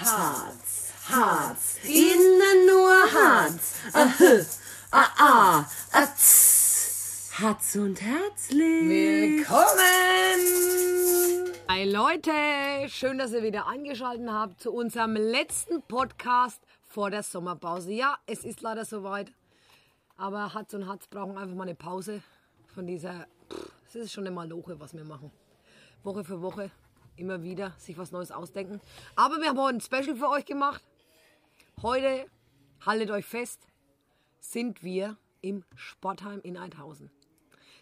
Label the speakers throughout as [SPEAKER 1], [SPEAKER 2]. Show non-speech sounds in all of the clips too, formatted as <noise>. [SPEAKER 1] Harz, Harz, innen nur Harz. Ahö, aa, atz. Harz und herzlich.
[SPEAKER 2] Willkommen!
[SPEAKER 3] Hi Leute, schön, dass ihr wieder eingeschaltet habt zu unserem letzten Podcast vor der Sommerpause. Ja, es ist leider soweit, aber Hatz und Hatz brauchen einfach mal eine Pause von dieser, pff, es ist schon eine Maloche, was wir machen. Woche für Woche, immer wieder, sich was Neues ausdenken. Aber wir haben heute ein Special für euch gemacht. Heute, haltet euch fest, sind wir im Sportheim in Eidhausen.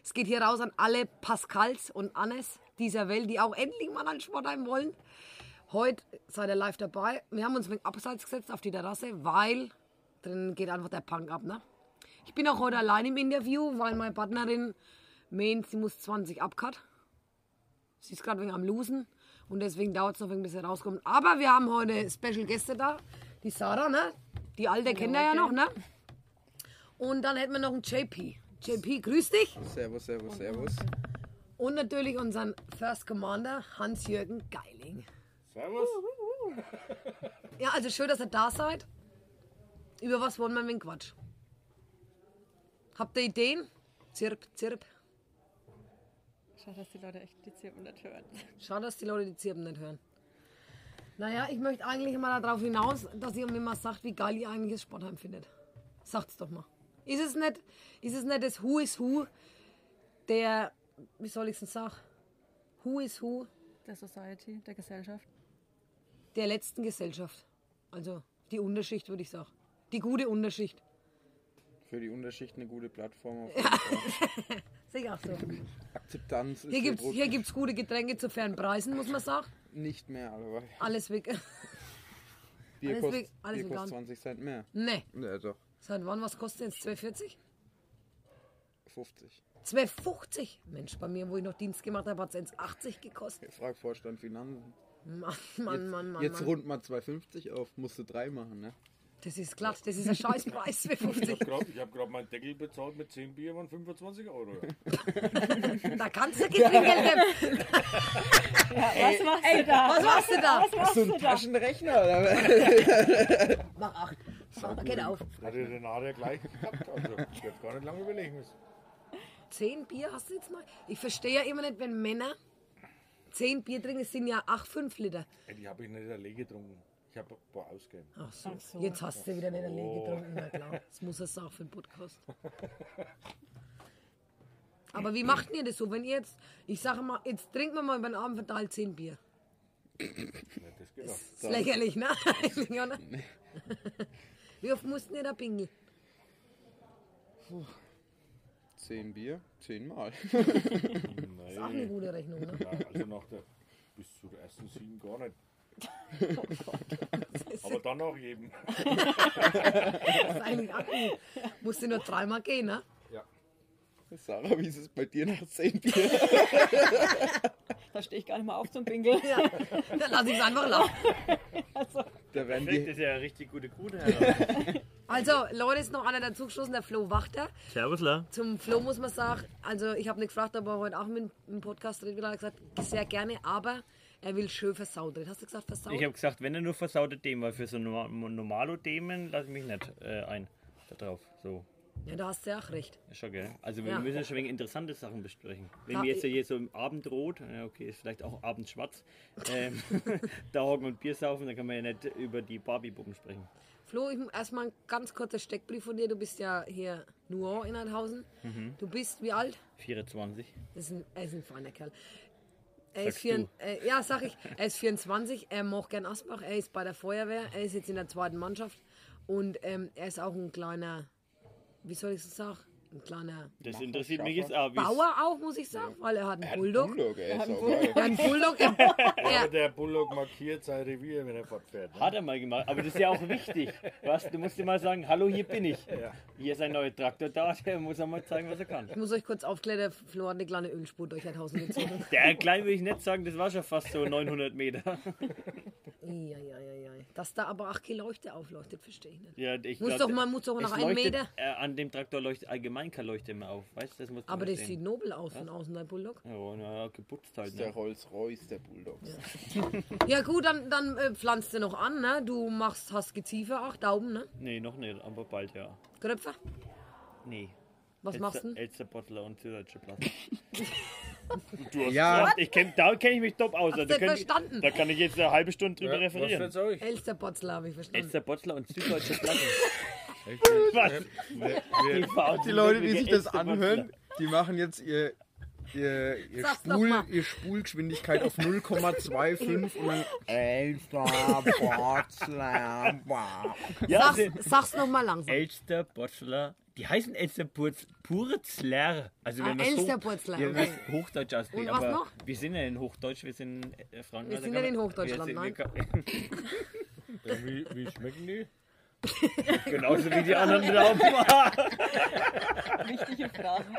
[SPEAKER 3] Es geht hier raus an alle Pascals und Annes dieser Welt, die auch endlich mal an Sportheim wollen. Heute seid ihr live dabei. Wir haben uns ein wenig abseits gesetzt auf die Terrasse, weil drin geht einfach der Punk ab. Ne? Ich bin auch heute allein im Interview, weil meine Partnerin meint, sie muss 20 abcut. Sie ist gerade wegen am Losen und deswegen dauert es noch ein bisschen rauskommen. Aber wir haben heute Special Gäste da. Die Sarah, ne? Die alte kennt ihr ja noch, ne? Und dann hätten wir noch einen JP. JP, grüß dich.
[SPEAKER 2] Servus, servus, servus.
[SPEAKER 3] Und natürlich unseren First Commander Hans-Jürgen Geiling.
[SPEAKER 2] Servus.
[SPEAKER 3] <laughs> Ja, also schön, dass ihr da seid. Über was wollen wir mit dem Quatsch? Habt ihr Ideen? Zirp, zirp.
[SPEAKER 4] Schade, dass die Leute echt die Zirpen nicht hören.
[SPEAKER 3] Schade, dass die Leute die Zirpen nicht hören. Naja, ich möchte eigentlich mal darauf hinaus, dass ihr mir mal sagt, wie geil ihr eigentlich das Sportheim findet. Sagt's doch mal. Ist es nicht, ist es nicht das Who is Who der, wie soll ich's denn sagen? Who is Who
[SPEAKER 4] Der Society, der Gesellschaft.
[SPEAKER 3] der letzten Gesellschaft? Also die Unterschicht, würde ich sagen. Die gute Unterschicht.
[SPEAKER 2] Für die Unterschicht eine gute Plattform. Auf jeden Fall.
[SPEAKER 3] Sehe ich auch so.
[SPEAKER 2] Akzeptanz ist
[SPEAKER 3] Hier gibt's,
[SPEAKER 2] so
[SPEAKER 3] hier gibt's gute Getränke zu fairen Preisen, muss man sagen.
[SPEAKER 2] nicht mehr, aber
[SPEAKER 3] Alles weg. <laughs>
[SPEAKER 2] Bier
[SPEAKER 3] Alles
[SPEAKER 2] kostet,
[SPEAKER 3] weg- alles
[SPEAKER 2] Bier
[SPEAKER 3] vegan.
[SPEAKER 2] kostet 20 Cent mehr.
[SPEAKER 3] ne.
[SPEAKER 2] Ja, doch.
[SPEAKER 3] Seit wann was kostet jetzt? 2,40?
[SPEAKER 2] 50.
[SPEAKER 3] 2,50? Mensch, bei mir, wo ich noch Dienst gemacht habe, hat's 1,80 gekostet.
[SPEAKER 2] Frag Vorstand Finanzen.
[SPEAKER 3] Mann, Mann, Mann, Mann.
[SPEAKER 2] Jetzt
[SPEAKER 3] Mann.
[SPEAKER 2] rund mal 2,50 auf. Musst du drei machen, ne?
[SPEAKER 3] Das ist glatt, das ist ein Scheißpreis, 2,50.
[SPEAKER 5] Ich habe gerade hab grad meinen Deckel bezahlt mit 10 Bier waren 25 Euro.
[SPEAKER 3] Da kannst du Getrinkgeld geben.
[SPEAKER 4] was machst du da?
[SPEAKER 3] Was machst du da?
[SPEAKER 4] machst
[SPEAKER 2] So ein Taschenrechner, <laughs> oder?
[SPEAKER 3] Mach acht. Mach, geht auf.
[SPEAKER 5] Hat die Renate gleich gehabt. Also, ich hätte gar nicht lange überlegen müssen.
[SPEAKER 3] Zehn Bier hast du jetzt mal? Ich verstehe ja immer nicht, wenn Männer zehn Bier trinken, es sind ja 8, 5 Liter.
[SPEAKER 5] Ey, die habe ich nicht allein getrunken. Ich habe ein paar ausgegeben.
[SPEAKER 3] Ach so.
[SPEAKER 4] Ach so.
[SPEAKER 3] Jetzt hast du wieder nicht allein getrunken, na klar. Das muss es auch für den Podcast. Aber wie macht ihr das so, wenn ihr jetzt, ich sage mal, jetzt trinken wir mal über den Abend verteilt 10 Bier.
[SPEAKER 5] Nicht das gedacht.
[SPEAKER 3] Das ist lächerlich, ne? <laughs> Eigentlich, oder? Wie oft mussten ihr da pingeln?
[SPEAKER 2] 10 Bier, 10 Mal.
[SPEAKER 3] Das ist auch eine gute Rechnung, ne?
[SPEAKER 5] Nein, also nach der, bis zur ersten sieben gar <laughs> nicht. Aber dann nach <laughs> jedem.
[SPEAKER 3] Das ist eigentlich auch gut. Musst du nur dreimal gehen, ne?
[SPEAKER 2] <laughs> Sarah, wie ist es bei dir nach 10 Bier?
[SPEAKER 4] Da stehe ich gar nicht mal auf zum <laughs> Pinkeln.
[SPEAKER 3] Ja. Dann lass ich es einfach laufen.
[SPEAKER 2] Da werden
[SPEAKER 6] Perfekt,
[SPEAKER 2] die
[SPEAKER 6] das ist ja eine richtig gute Quote. Herr.
[SPEAKER 3] Also, Leute, ist noch einer dazugeschossen, der Flo Wachter.
[SPEAKER 6] Servusler.
[SPEAKER 3] Zum Flo muss man sagen, also ich habe nicht gefragt, aber heute auch mit dem Podcast drin wieder hat er gesagt, sehr gerne, aber er will schön versaut drin. Hast du gesagt versaut?
[SPEAKER 6] Ich habe gesagt, wenn er nur versaute Themen, weil für so norma- normalo Themen lasse ich mich nicht äh, ein. Da drauf. So.
[SPEAKER 3] ja, da hast du ja auch recht.
[SPEAKER 6] Ist schon geil. Also wir
[SPEAKER 3] Ja.
[SPEAKER 6] müssen schon wegen interessante Sachen besprechen. Wenn
[SPEAKER 3] Ja,
[SPEAKER 6] wir jetzt
[SPEAKER 3] ich-
[SPEAKER 6] hier so im Abendrot, ja, okay, ist vielleicht auch abendschwarz, ähm, <laughs> da hocken und Bier saufen, dann kann man ja nicht über die Barbie-Puppen sprechen.
[SPEAKER 3] Flo, ich erstmal ein ganz kurzer Steckbrief von dir. Du bist ja hier Nuon in Althausen.
[SPEAKER 6] Mhm.
[SPEAKER 3] Du bist wie alt?
[SPEAKER 6] 24.
[SPEAKER 3] Das ist ein, er ist ein feiner Kerl. Er ist
[SPEAKER 6] Sagst
[SPEAKER 3] vier,
[SPEAKER 6] du.
[SPEAKER 3] äh, ja, sag ich. Er ist 24, er macht gern Asbach, er ist bei der Feuerwehr, er ist jetzt in der zweiten Mannschaft und ähm, er ist auch ein kleiner, wie soll ich es sagen, ein kleiner
[SPEAKER 6] Das interessiert mich jetzt Ah, auch. wie's-
[SPEAKER 3] Bauer auch, muss ich sagen, weil er hat einen Bulldog.
[SPEAKER 2] Bulldog, ey, ist auch geil.
[SPEAKER 3] Ja, ein Bulldog. Er,
[SPEAKER 5] Aber
[SPEAKER 3] er,
[SPEAKER 5] der Bullock markiert sein Revier, wenn er fortfährt. Ne?
[SPEAKER 6] Hat er mal gemacht, aber das ist ja auch wichtig. Was? Du musst dir mal sagen, hallo, hier bin ich. Hier ist ein neuer Traktor da, der muss auch mal zeigen, was er kann.
[SPEAKER 3] ich muss euch kurz aufklären, der Flo hat eine kleine Ölspur durch Heidhausen
[SPEAKER 6] <laughs>
[SPEAKER 3] gezogen.
[SPEAKER 6] Der klein will ich nicht sagen, das war schon fast so 900 Meter.
[SPEAKER 3] Eieieiei. Dass da aber 8 Kilo Leuchte aufleuchtet, verstehe ich nicht.
[SPEAKER 6] Ja, ich
[SPEAKER 3] Muss
[SPEAKER 6] glaub,
[SPEAKER 3] doch mal- muss doch mal
[SPEAKER 6] es
[SPEAKER 3] nach einem
[SPEAKER 6] leuchtet-
[SPEAKER 3] Meter.
[SPEAKER 6] Äh, an dem Traktor leuchtet allgemein kein Leuchte mehr auf. Weißt du, das muss man
[SPEAKER 3] Aber das sieht
[SPEAKER 6] verstehen.
[SPEAKER 3] nobel aus von außen, dein Bulldog.
[SPEAKER 6] Ja, na, geputzt halt.
[SPEAKER 2] Der
[SPEAKER 6] Ne?
[SPEAKER 2] Rolls-Royce der Bulldogs.
[SPEAKER 3] Ja gut, dann, dann äh, pflanzt du noch an, ne? Du machst, hast Geziefer, auch Daumen, ne?
[SPEAKER 6] Nee, noch nicht, aber bald ja.
[SPEAKER 3] Kröpfer.
[SPEAKER 6] Nee.
[SPEAKER 3] Was machst du? denn?
[SPEAKER 6] Elsterbottler und
[SPEAKER 3] <laughs>
[SPEAKER 6] Süddeutsche Platz.
[SPEAKER 2] Ja,
[SPEAKER 6] Ich kenn, da kenne ich mich top aus.
[SPEAKER 3] Hast
[SPEAKER 6] da,
[SPEAKER 3] du
[SPEAKER 6] könnt-
[SPEAKER 3] verstanden?
[SPEAKER 6] da kann ich jetzt eine halbe Stunde drüber referieren.
[SPEAKER 5] Was euch?
[SPEAKER 3] Elsterbotzler habe ich verstanden.
[SPEAKER 6] Elsterbottler und Süddeutsche
[SPEAKER 7] <laughs>
[SPEAKER 6] Platten. Was?
[SPEAKER 5] Wir,
[SPEAKER 6] Die
[SPEAKER 7] Die Leute, die sich das anhören, die machen jetzt ihr, ihr, ihr,
[SPEAKER 3] Sag's noch
[SPEAKER 7] Spul,
[SPEAKER 3] mal.
[SPEAKER 7] ihr Spulgeschwindigkeit auf 0,25 und
[SPEAKER 3] <laughs>
[SPEAKER 7] dann
[SPEAKER 6] Ja, die-
[SPEAKER 3] Sag's, sag's nochmal langsam.
[SPEAKER 6] Elsterbottler. Die heißen Elsterpurzler. Also
[SPEAKER 3] Ah,
[SPEAKER 6] wenn man
[SPEAKER 3] Elsterpurzler,
[SPEAKER 6] so ja,
[SPEAKER 3] okay.
[SPEAKER 6] wenn man Hochdeutsch ausspricht.
[SPEAKER 3] Und was
[SPEAKER 6] aber
[SPEAKER 3] noch?
[SPEAKER 6] Wir sind ja in Hochdeutsch, wir sind in äh, Franken.
[SPEAKER 3] Wir
[SPEAKER 6] also
[SPEAKER 3] sind
[SPEAKER 6] kann
[SPEAKER 3] ja in
[SPEAKER 6] man-
[SPEAKER 3] Hochdeutschland,
[SPEAKER 6] wir
[SPEAKER 3] nein.
[SPEAKER 6] wir-
[SPEAKER 5] wie, wie schmecken die?
[SPEAKER 6] <laughs> Genauso wie
[SPEAKER 3] <laughs>
[SPEAKER 6] die anderen drauf.
[SPEAKER 4] Wichtige Fragen.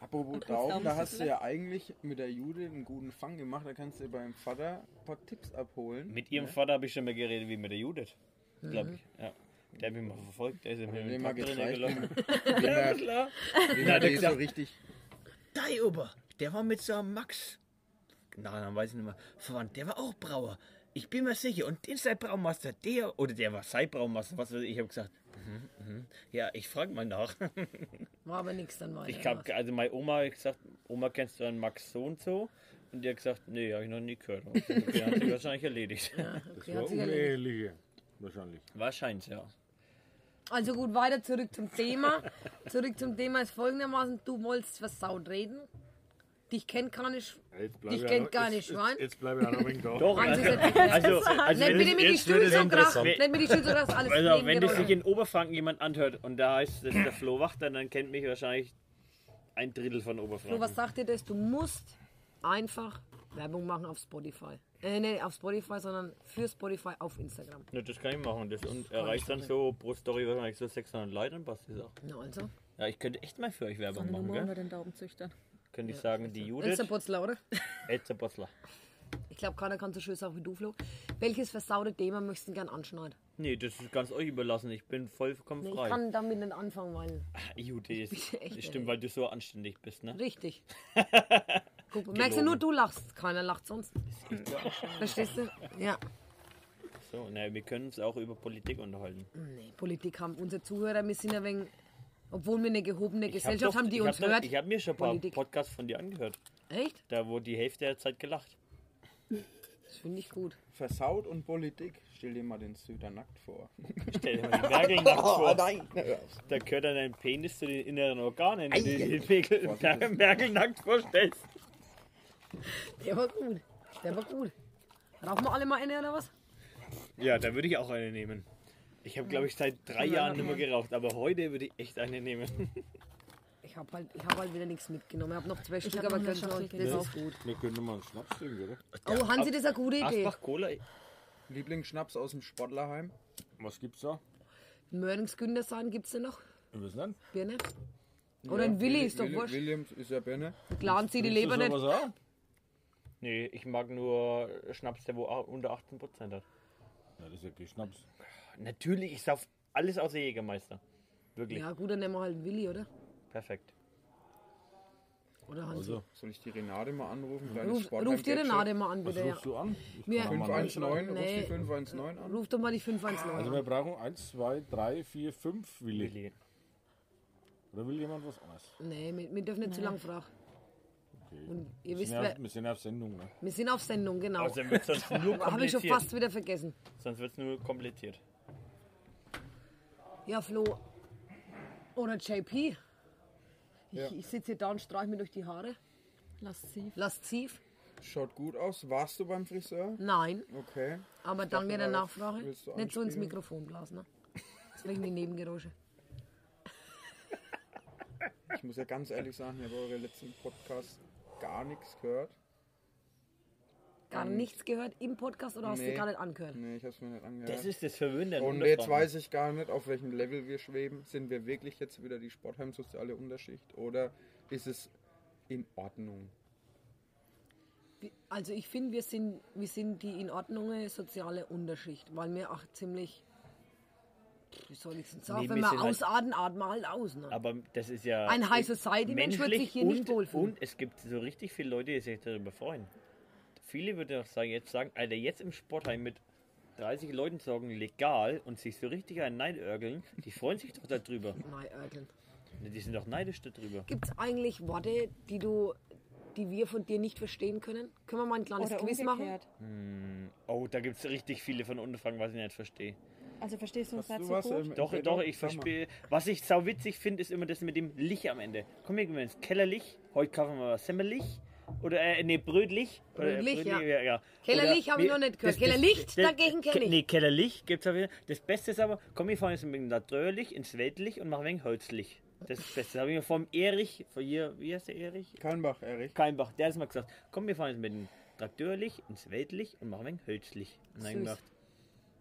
[SPEAKER 2] apropos Daumen,
[SPEAKER 4] Daumen
[SPEAKER 2] da
[SPEAKER 4] ist
[SPEAKER 2] hast du
[SPEAKER 4] das
[SPEAKER 2] ja eigentlich mit der Jude einen guten Fang gemacht. Da kannst du beim Vater ein paar Tipps abholen.
[SPEAKER 6] <laughs> Mit ihrem Vater habe ich schon mal geredet wie mit der Judith.
[SPEAKER 3] Mhm.
[SPEAKER 6] Glaube ich. Ja. Der hat mich mal verfolgt, der ist immer
[SPEAKER 2] Wenn
[SPEAKER 6] mit
[SPEAKER 2] wir
[SPEAKER 6] dem
[SPEAKER 2] mal
[SPEAKER 6] Kopf drin
[SPEAKER 2] gezeigt
[SPEAKER 6] gelaufen.
[SPEAKER 2] haben,
[SPEAKER 6] Klar.
[SPEAKER 2] wie so richtig
[SPEAKER 6] Dei Ober, der war mit so einem Max. Na, dann weiß ich nicht mehr. Verwandt, der war auch Brauer. Ich bin mir sicher. Und den sei Braumeister, der oder der war sei Braumeister, was weiß ich. Ich habe gesagt, mhm, mhm. ja, ich frage mal nach. <laughs>
[SPEAKER 3] War aber nix dann weiter.
[SPEAKER 6] Ich hab, also meine Oma hat gesagt, Oma kennst du einen Max so und so? Und die hat gesagt, nee, habe ich noch nie gehört. Die hat sich wahrscheinlich erledigt. <laughs>
[SPEAKER 3] okay,
[SPEAKER 5] Ja,
[SPEAKER 3] hat sich erledigt.
[SPEAKER 5] Uneheliche. Wahrscheinlich.
[SPEAKER 6] Wahrscheinlich, ja.
[SPEAKER 3] also gut, weiter zurück zum Thema. zurück zum Thema ist folgendermaßen, du wolltest versaut reden. Dich kennt gar nicht.
[SPEAKER 5] Jetzt
[SPEAKER 3] Ich kenn gar nicht, Schwein.
[SPEAKER 5] Jetzt, jetzt bleibe ich auch noch ein wenig <laughs> da.
[SPEAKER 6] Doch,
[SPEAKER 3] Also, <laughs>
[SPEAKER 6] also,
[SPEAKER 3] nicht
[SPEAKER 6] also, also
[SPEAKER 3] mit
[SPEAKER 6] wenn,
[SPEAKER 3] dem in die Stühle so krass. Nicht mit die Stühle so krass. Alles
[SPEAKER 6] also, wenn das
[SPEAKER 3] Nebengeräusche.
[SPEAKER 6] sich in Oberfranken jemand anhört und da heißt es der Flo Wachter, dann kennt mich wahrscheinlich ein Drittel von
[SPEAKER 3] Du, was
[SPEAKER 6] Oberfranken.
[SPEAKER 3] sagt dir das? Du musst einfach Werbung machen auf Spotify. Äh, nee, auf Spotify, sondern für Spotify auf Instagram.
[SPEAKER 6] Ne, das kann ich machen. Das und erreicht dann so pro Story wahrscheinlich so 600 Leute und passt die Sache.
[SPEAKER 3] Na also.
[SPEAKER 6] Ja, ich könnte echt mal für euch Werbung
[SPEAKER 4] Dann
[SPEAKER 6] machen,
[SPEAKER 4] machen wir
[SPEAKER 6] gell?
[SPEAKER 4] den Daubenzüchtern.
[SPEAKER 6] Könnte ich sagen, die
[SPEAKER 3] Das ist
[SPEAKER 6] Judith,
[SPEAKER 3] Putzler, oder?
[SPEAKER 6] Elster Botzler.
[SPEAKER 3] Ich glaube, keiner kann so schön sagen wie du, Flo. Welches versaute Thema möchtest du gern anschneiden?
[SPEAKER 6] Nee, das ist ganz euch überlassen. Ich bin vollkommen
[SPEAKER 3] Nee, ich
[SPEAKER 6] frei.
[SPEAKER 3] kann damit nicht anfangen, weil.
[SPEAKER 6] Judith ist.
[SPEAKER 3] echt,
[SPEAKER 6] Stimmt,
[SPEAKER 3] ey.
[SPEAKER 6] weil du so anständig bist, ne? <laughs>
[SPEAKER 3] Richtig. Guck, merkst du nur, du lachst. Keiner lacht sonst. <laughs> Verstehst du? Ja.
[SPEAKER 6] So, ne, wir können uns auch über Politik unterhalten.
[SPEAKER 3] Nee, Politik haben unsere Zuhörer, wir sind ein wenig. Obwohl wir eine gehobene
[SPEAKER 6] Ich hab
[SPEAKER 3] Gesellschaft
[SPEAKER 6] doch-
[SPEAKER 3] haben, die
[SPEAKER 6] ich
[SPEAKER 3] uns
[SPEAKER 6] hab doch-
[SPEAKER 3] hört.
[SPEAKER 6] Ich habe mir schon ein paar
[SPEAKER 3] Politik.
[SPEAKER 6] Podcasts von dir angehört.
[SPEAKER 3] Echt?
[SPEAKER 6] Da wurde die Hälfte der Zeit gelacht.
[SPEAKER 3] Das finde ich gut.
[SPEAKER 2] versaut und Politik. Stell dir mal den Söder nackt vor.
[SPEAKER 6] Stell dir mal die Merkel
[SPEAKER 3] <laughs>
[SPEAKER 6] nackt
[SPEAKER 3] Oh,
[SPEAKER 6] vor.
[SPEAKER 2] nein.
[SPEAKER 6] <laughs> Da gehört dann dein Penis zu den inneren Organen, wenn du dir den Merkel, <laughs> Merkel nackt vorstellst.
[SPEAKER 3] Der war gut. Der war gut. Rauchen wir alle mal eine oder was?
[SPEAKER 6] Ja, da würde ich auch eine nehmen. Ich habe, glaube ich, seit drei Jahren nicht mehr geraucht, aber heute würde ich echt eine nehmen.
[SPEAKER 3] Ich habe halt, ich hab halt wieder nichts mitgenommen. Ich habe noch zwei Stück,
[SPEAKER 4] hab
[SPEAKER 3] aber
[SPEAKER 4] noch eine
[SPEAKER 3] ganz
[SPEAKER 4] Schachtel
[SPEAKER 3] neu. Das ist gut.
[SPEAKER 5] Wir können mal einen Schnaps trinken, oder?
[SPEAKER 3] Oh, Hansi, das ist eine gute Idee.
[SPEAKER 6] Asbach Cola,
[SPEAKER 2] Lieblingsschnaps aus dem Sportlerheim.
[SPEAKER 5] Was gibt's da?
[SPEAKER 3] Mörnings Gündersan gibt es denn noch?
[SPEAKER 5] Wir wissen nicht.
[SPEAKER 3] Birne? Oder ein Willi, ist doch
[SPEAKER 2] Willi-
[SPEAKER 3] wurscht.
[SPEAKER 2] Williams ist ja Birne.
[SPEAKER 3] Klar, sie die
[SPEAKER 5] Gibt's
[SPEAKER 3] Leber
[SPEAKER 5] da
[SPEAKER 3] nicht.
[SPEAKER 5] sowas auch?
[SPEAKER 6] Nee, ich mag nur Schnaps, der wo au- unter 18% hat.
[SPEAKER 5] Na, das ist ja kein Schnaps.
[SPEAKER 6] Natürlich, ich sauf alles außer Jägermeister. Wirklich,
[SPEAKER 3] Ja, gut, dann nehmen wir halt einen Willi, oder?
[SPEAKER 6] perfekt.
[SPEAKER 3] Oder Hansi.
[SPEAKER 5] Also,
[SPEAKER 2] Soll ich die Renate mal anrufen? Kleines
[SPEAKER 3] Ruf,
[SPEAKER 2] Sportlerheim-
[SPEAKER 3] ruf dir den Nade mal an,
[SPEAKER 5] was
[SPEAKER 3] bitte. Ja.
[SPEAKER 5] rufst du an? Ich
[SPEAKER 3] Mir-
[SPEAKER 5] kann auch mal rein.
[SPEAKER 2] 519, ruf
[SPEAKER 3] Nee.
[SPEAKER 2] die 519 an.
[SPEAKER 3] Ruf doch mal die 519
[SPEAKER 5] Also
[SPEAKER 3] an.
[SPEAKER 5] wir brauchen 1, 2, 3, 4, 5 Willi.
[SPEAKER 6] Willi.
[SPEAKER 5] Oder will jemand was anderes?
[SPEAKER 3] Nee, wir, wir dürfen nicht zu lang fragen.
[SPEAKER 5] Okay.
[SPEAKER 3] Und ihr
[SPEAKER 5] Wir
[SPEAKER 3] wisst,
[SPEAKER 5] sind, ja,
[SPEAKER 3] wer,
[SPEAKER 5] wir sind ja auf Sendung, ne?
[SPEAKER 3] wir sind auf Sendung, genau.
[SPEAKER 6] Also wird
[SPEAKER 3] <laughs>
[SPEAKER 6] sonst nur
[SPEAKER 3] Habe ich schon
[SPEAKER 6] kompliziert.
[SPEAKER 3] fast wieder vergessen.
[SPEAKER 6] Sonst wird es nur kompliziert.
[SPEAKER 3] Ja, Flo. Oder JP. Ich, ich sitze hier da und streich mir durch die Haare.
[SPEAKER 4] Lasziv.
[SPEAKER 3] Lasziv?
[SPEAKER 2] Schaut gut aus. Warst du beim Friseur?
[SPEAKER 3] Nein,
[SPEAKER 2] Okay.
[SPEAKER 3] aber danke der
[SPEAKER 2] mal,
[SPEAKER 3] Nachfrage.
[SPEAKER 2] willst du
[SPEAKER 3] Nicht so ins
[SPEAKER 2] anspielen?
[SPEAKER 3] Mikrofon blasen. Ne? Das wegen die Nebengeräusche.
[SPEAKER 2] Ich muss ja ganz ehrlich sagen, ich habe eure letzten Podcasts gar nichts gehört.
[SPEAKER 3] Gar nichts gehört im Podcast oder hast du
[SPEAKER 2] Nee.
[SPEAKER 3] gar nicht angehört?
[SPEAKER 2] Nee, ich habe es mir nicht angehört.
[SPEAKER 6] Das ist das Verwöhnende. an
[SPEAKER 2] und
[SPEAKER 6] Unterfranken.
[SPEAKER 2] jetzt weiß ich gar nicht, auf welchem Level wir schweben. Sind wir wirklich jetzt wieder die sportheimsoziale Unterschicht oder ist es in Ordnung?
[SPEAKER 3] also ich finde, wir sind, wir sind die in Ordnung soziale Unterschicht, weil wir auch ziemlich, wie soll ich es sagen,
[SPEAKER 6] Nee,
[SPEAKER 3] wenn
[SPEAKER 6] wir
[SPEAKER 3] wir
[SPEAKER 6] sind halt-
[SPEAKER 3] ausatmen, atmen wir halt aus. Ne?
[SPEAKER 6] Aber das ist ja.
[SPEAKER 3] Ein High Society-Mensch wird
[SPEAKER 6] menschlich
[SPEAKER 3] sich hier
[SPEAKER 6] und,
[SPEAKER 3] nicht wohlfühlen.
[SPEAKER 6] Und es gibt so richtig viele Leute, die sich darüber freuen. Viele würden auch sagen, jetzt sagen, Alter, jetzt im Sportheim mit 30 Leuten sorgen legal und sich so richtig ein Nein örgeln, die freuen sich doch darüber.
[SPEAKER 3] Nein, Erkel.
[SPEAKER 6] Die sind doch neidisch darüber.
[SPEAKER 3] Gibt es eigentlich Worte, die du, die wir von dir nicht verstehen können? Können wir mal ein kleines
[SPEAKER 4] Oder
[SPEAKER 3] Quiz machen?
[SPEAKER 4] umgekehrt.
[SPEAKER 6] Oh, da gibt es richtig viele von Unterfragen, was ich nicht verstehe.
[SPEAKER 4] Also verstehst du uns nicht
[SPEAKER 2] du
[SPEAKER 4] so
[SPEAKER 2] was,
[SPEAKER 4] gut?
[SPEAKER 2] ähm,
[SPEAKER 6] Doch,
[SPEAKER 2] entweder-
[SPEAKER 6] doch, ich
[SPEAKER 2] sag mal.
[SPEAKER 6] verstehe. Was ich sau witzig finde, ist immer das mit dem Lich am Ende. Komm, hier gehen wir ins Kellerlich. Heute kaufen wir was Semmelich. Oder, äh, nee, Brötlich. Oder, äh,
[SPEAKER 3] Brötlich, ja.
[SPEAKER 6] ja. ja.
[SPEAKER 3] Kellerlich
[SPEAKER 6] Oder-
[SPEAKER 3] hab ich noch nicht gehört. Kellerlicht, dagegen kenn ich.
[SPEAKER 6] Nee, Kellerlich gibt's auch wieder. Das Beste ist aber, komm, wir fahren jetzt ein bisschen nach Dröhrlich, ins Weltlich und machen ein wenig Holzlich. Das ist das Beste. Das habe ich mir vom Erich, von hier, wie heißt der Erich?
[SPEAKER 2] Kalmbach, Erich.
[SPEAKER 6] Keinbach, der hat mal gesagt, komm, wir fahren jetzt mit dem Traktörlich ins Weltlich und machen ein wenig Hölzlich. Und dann
[SPEAKER 3] Süß.
[SPEAKER 6] gemacht.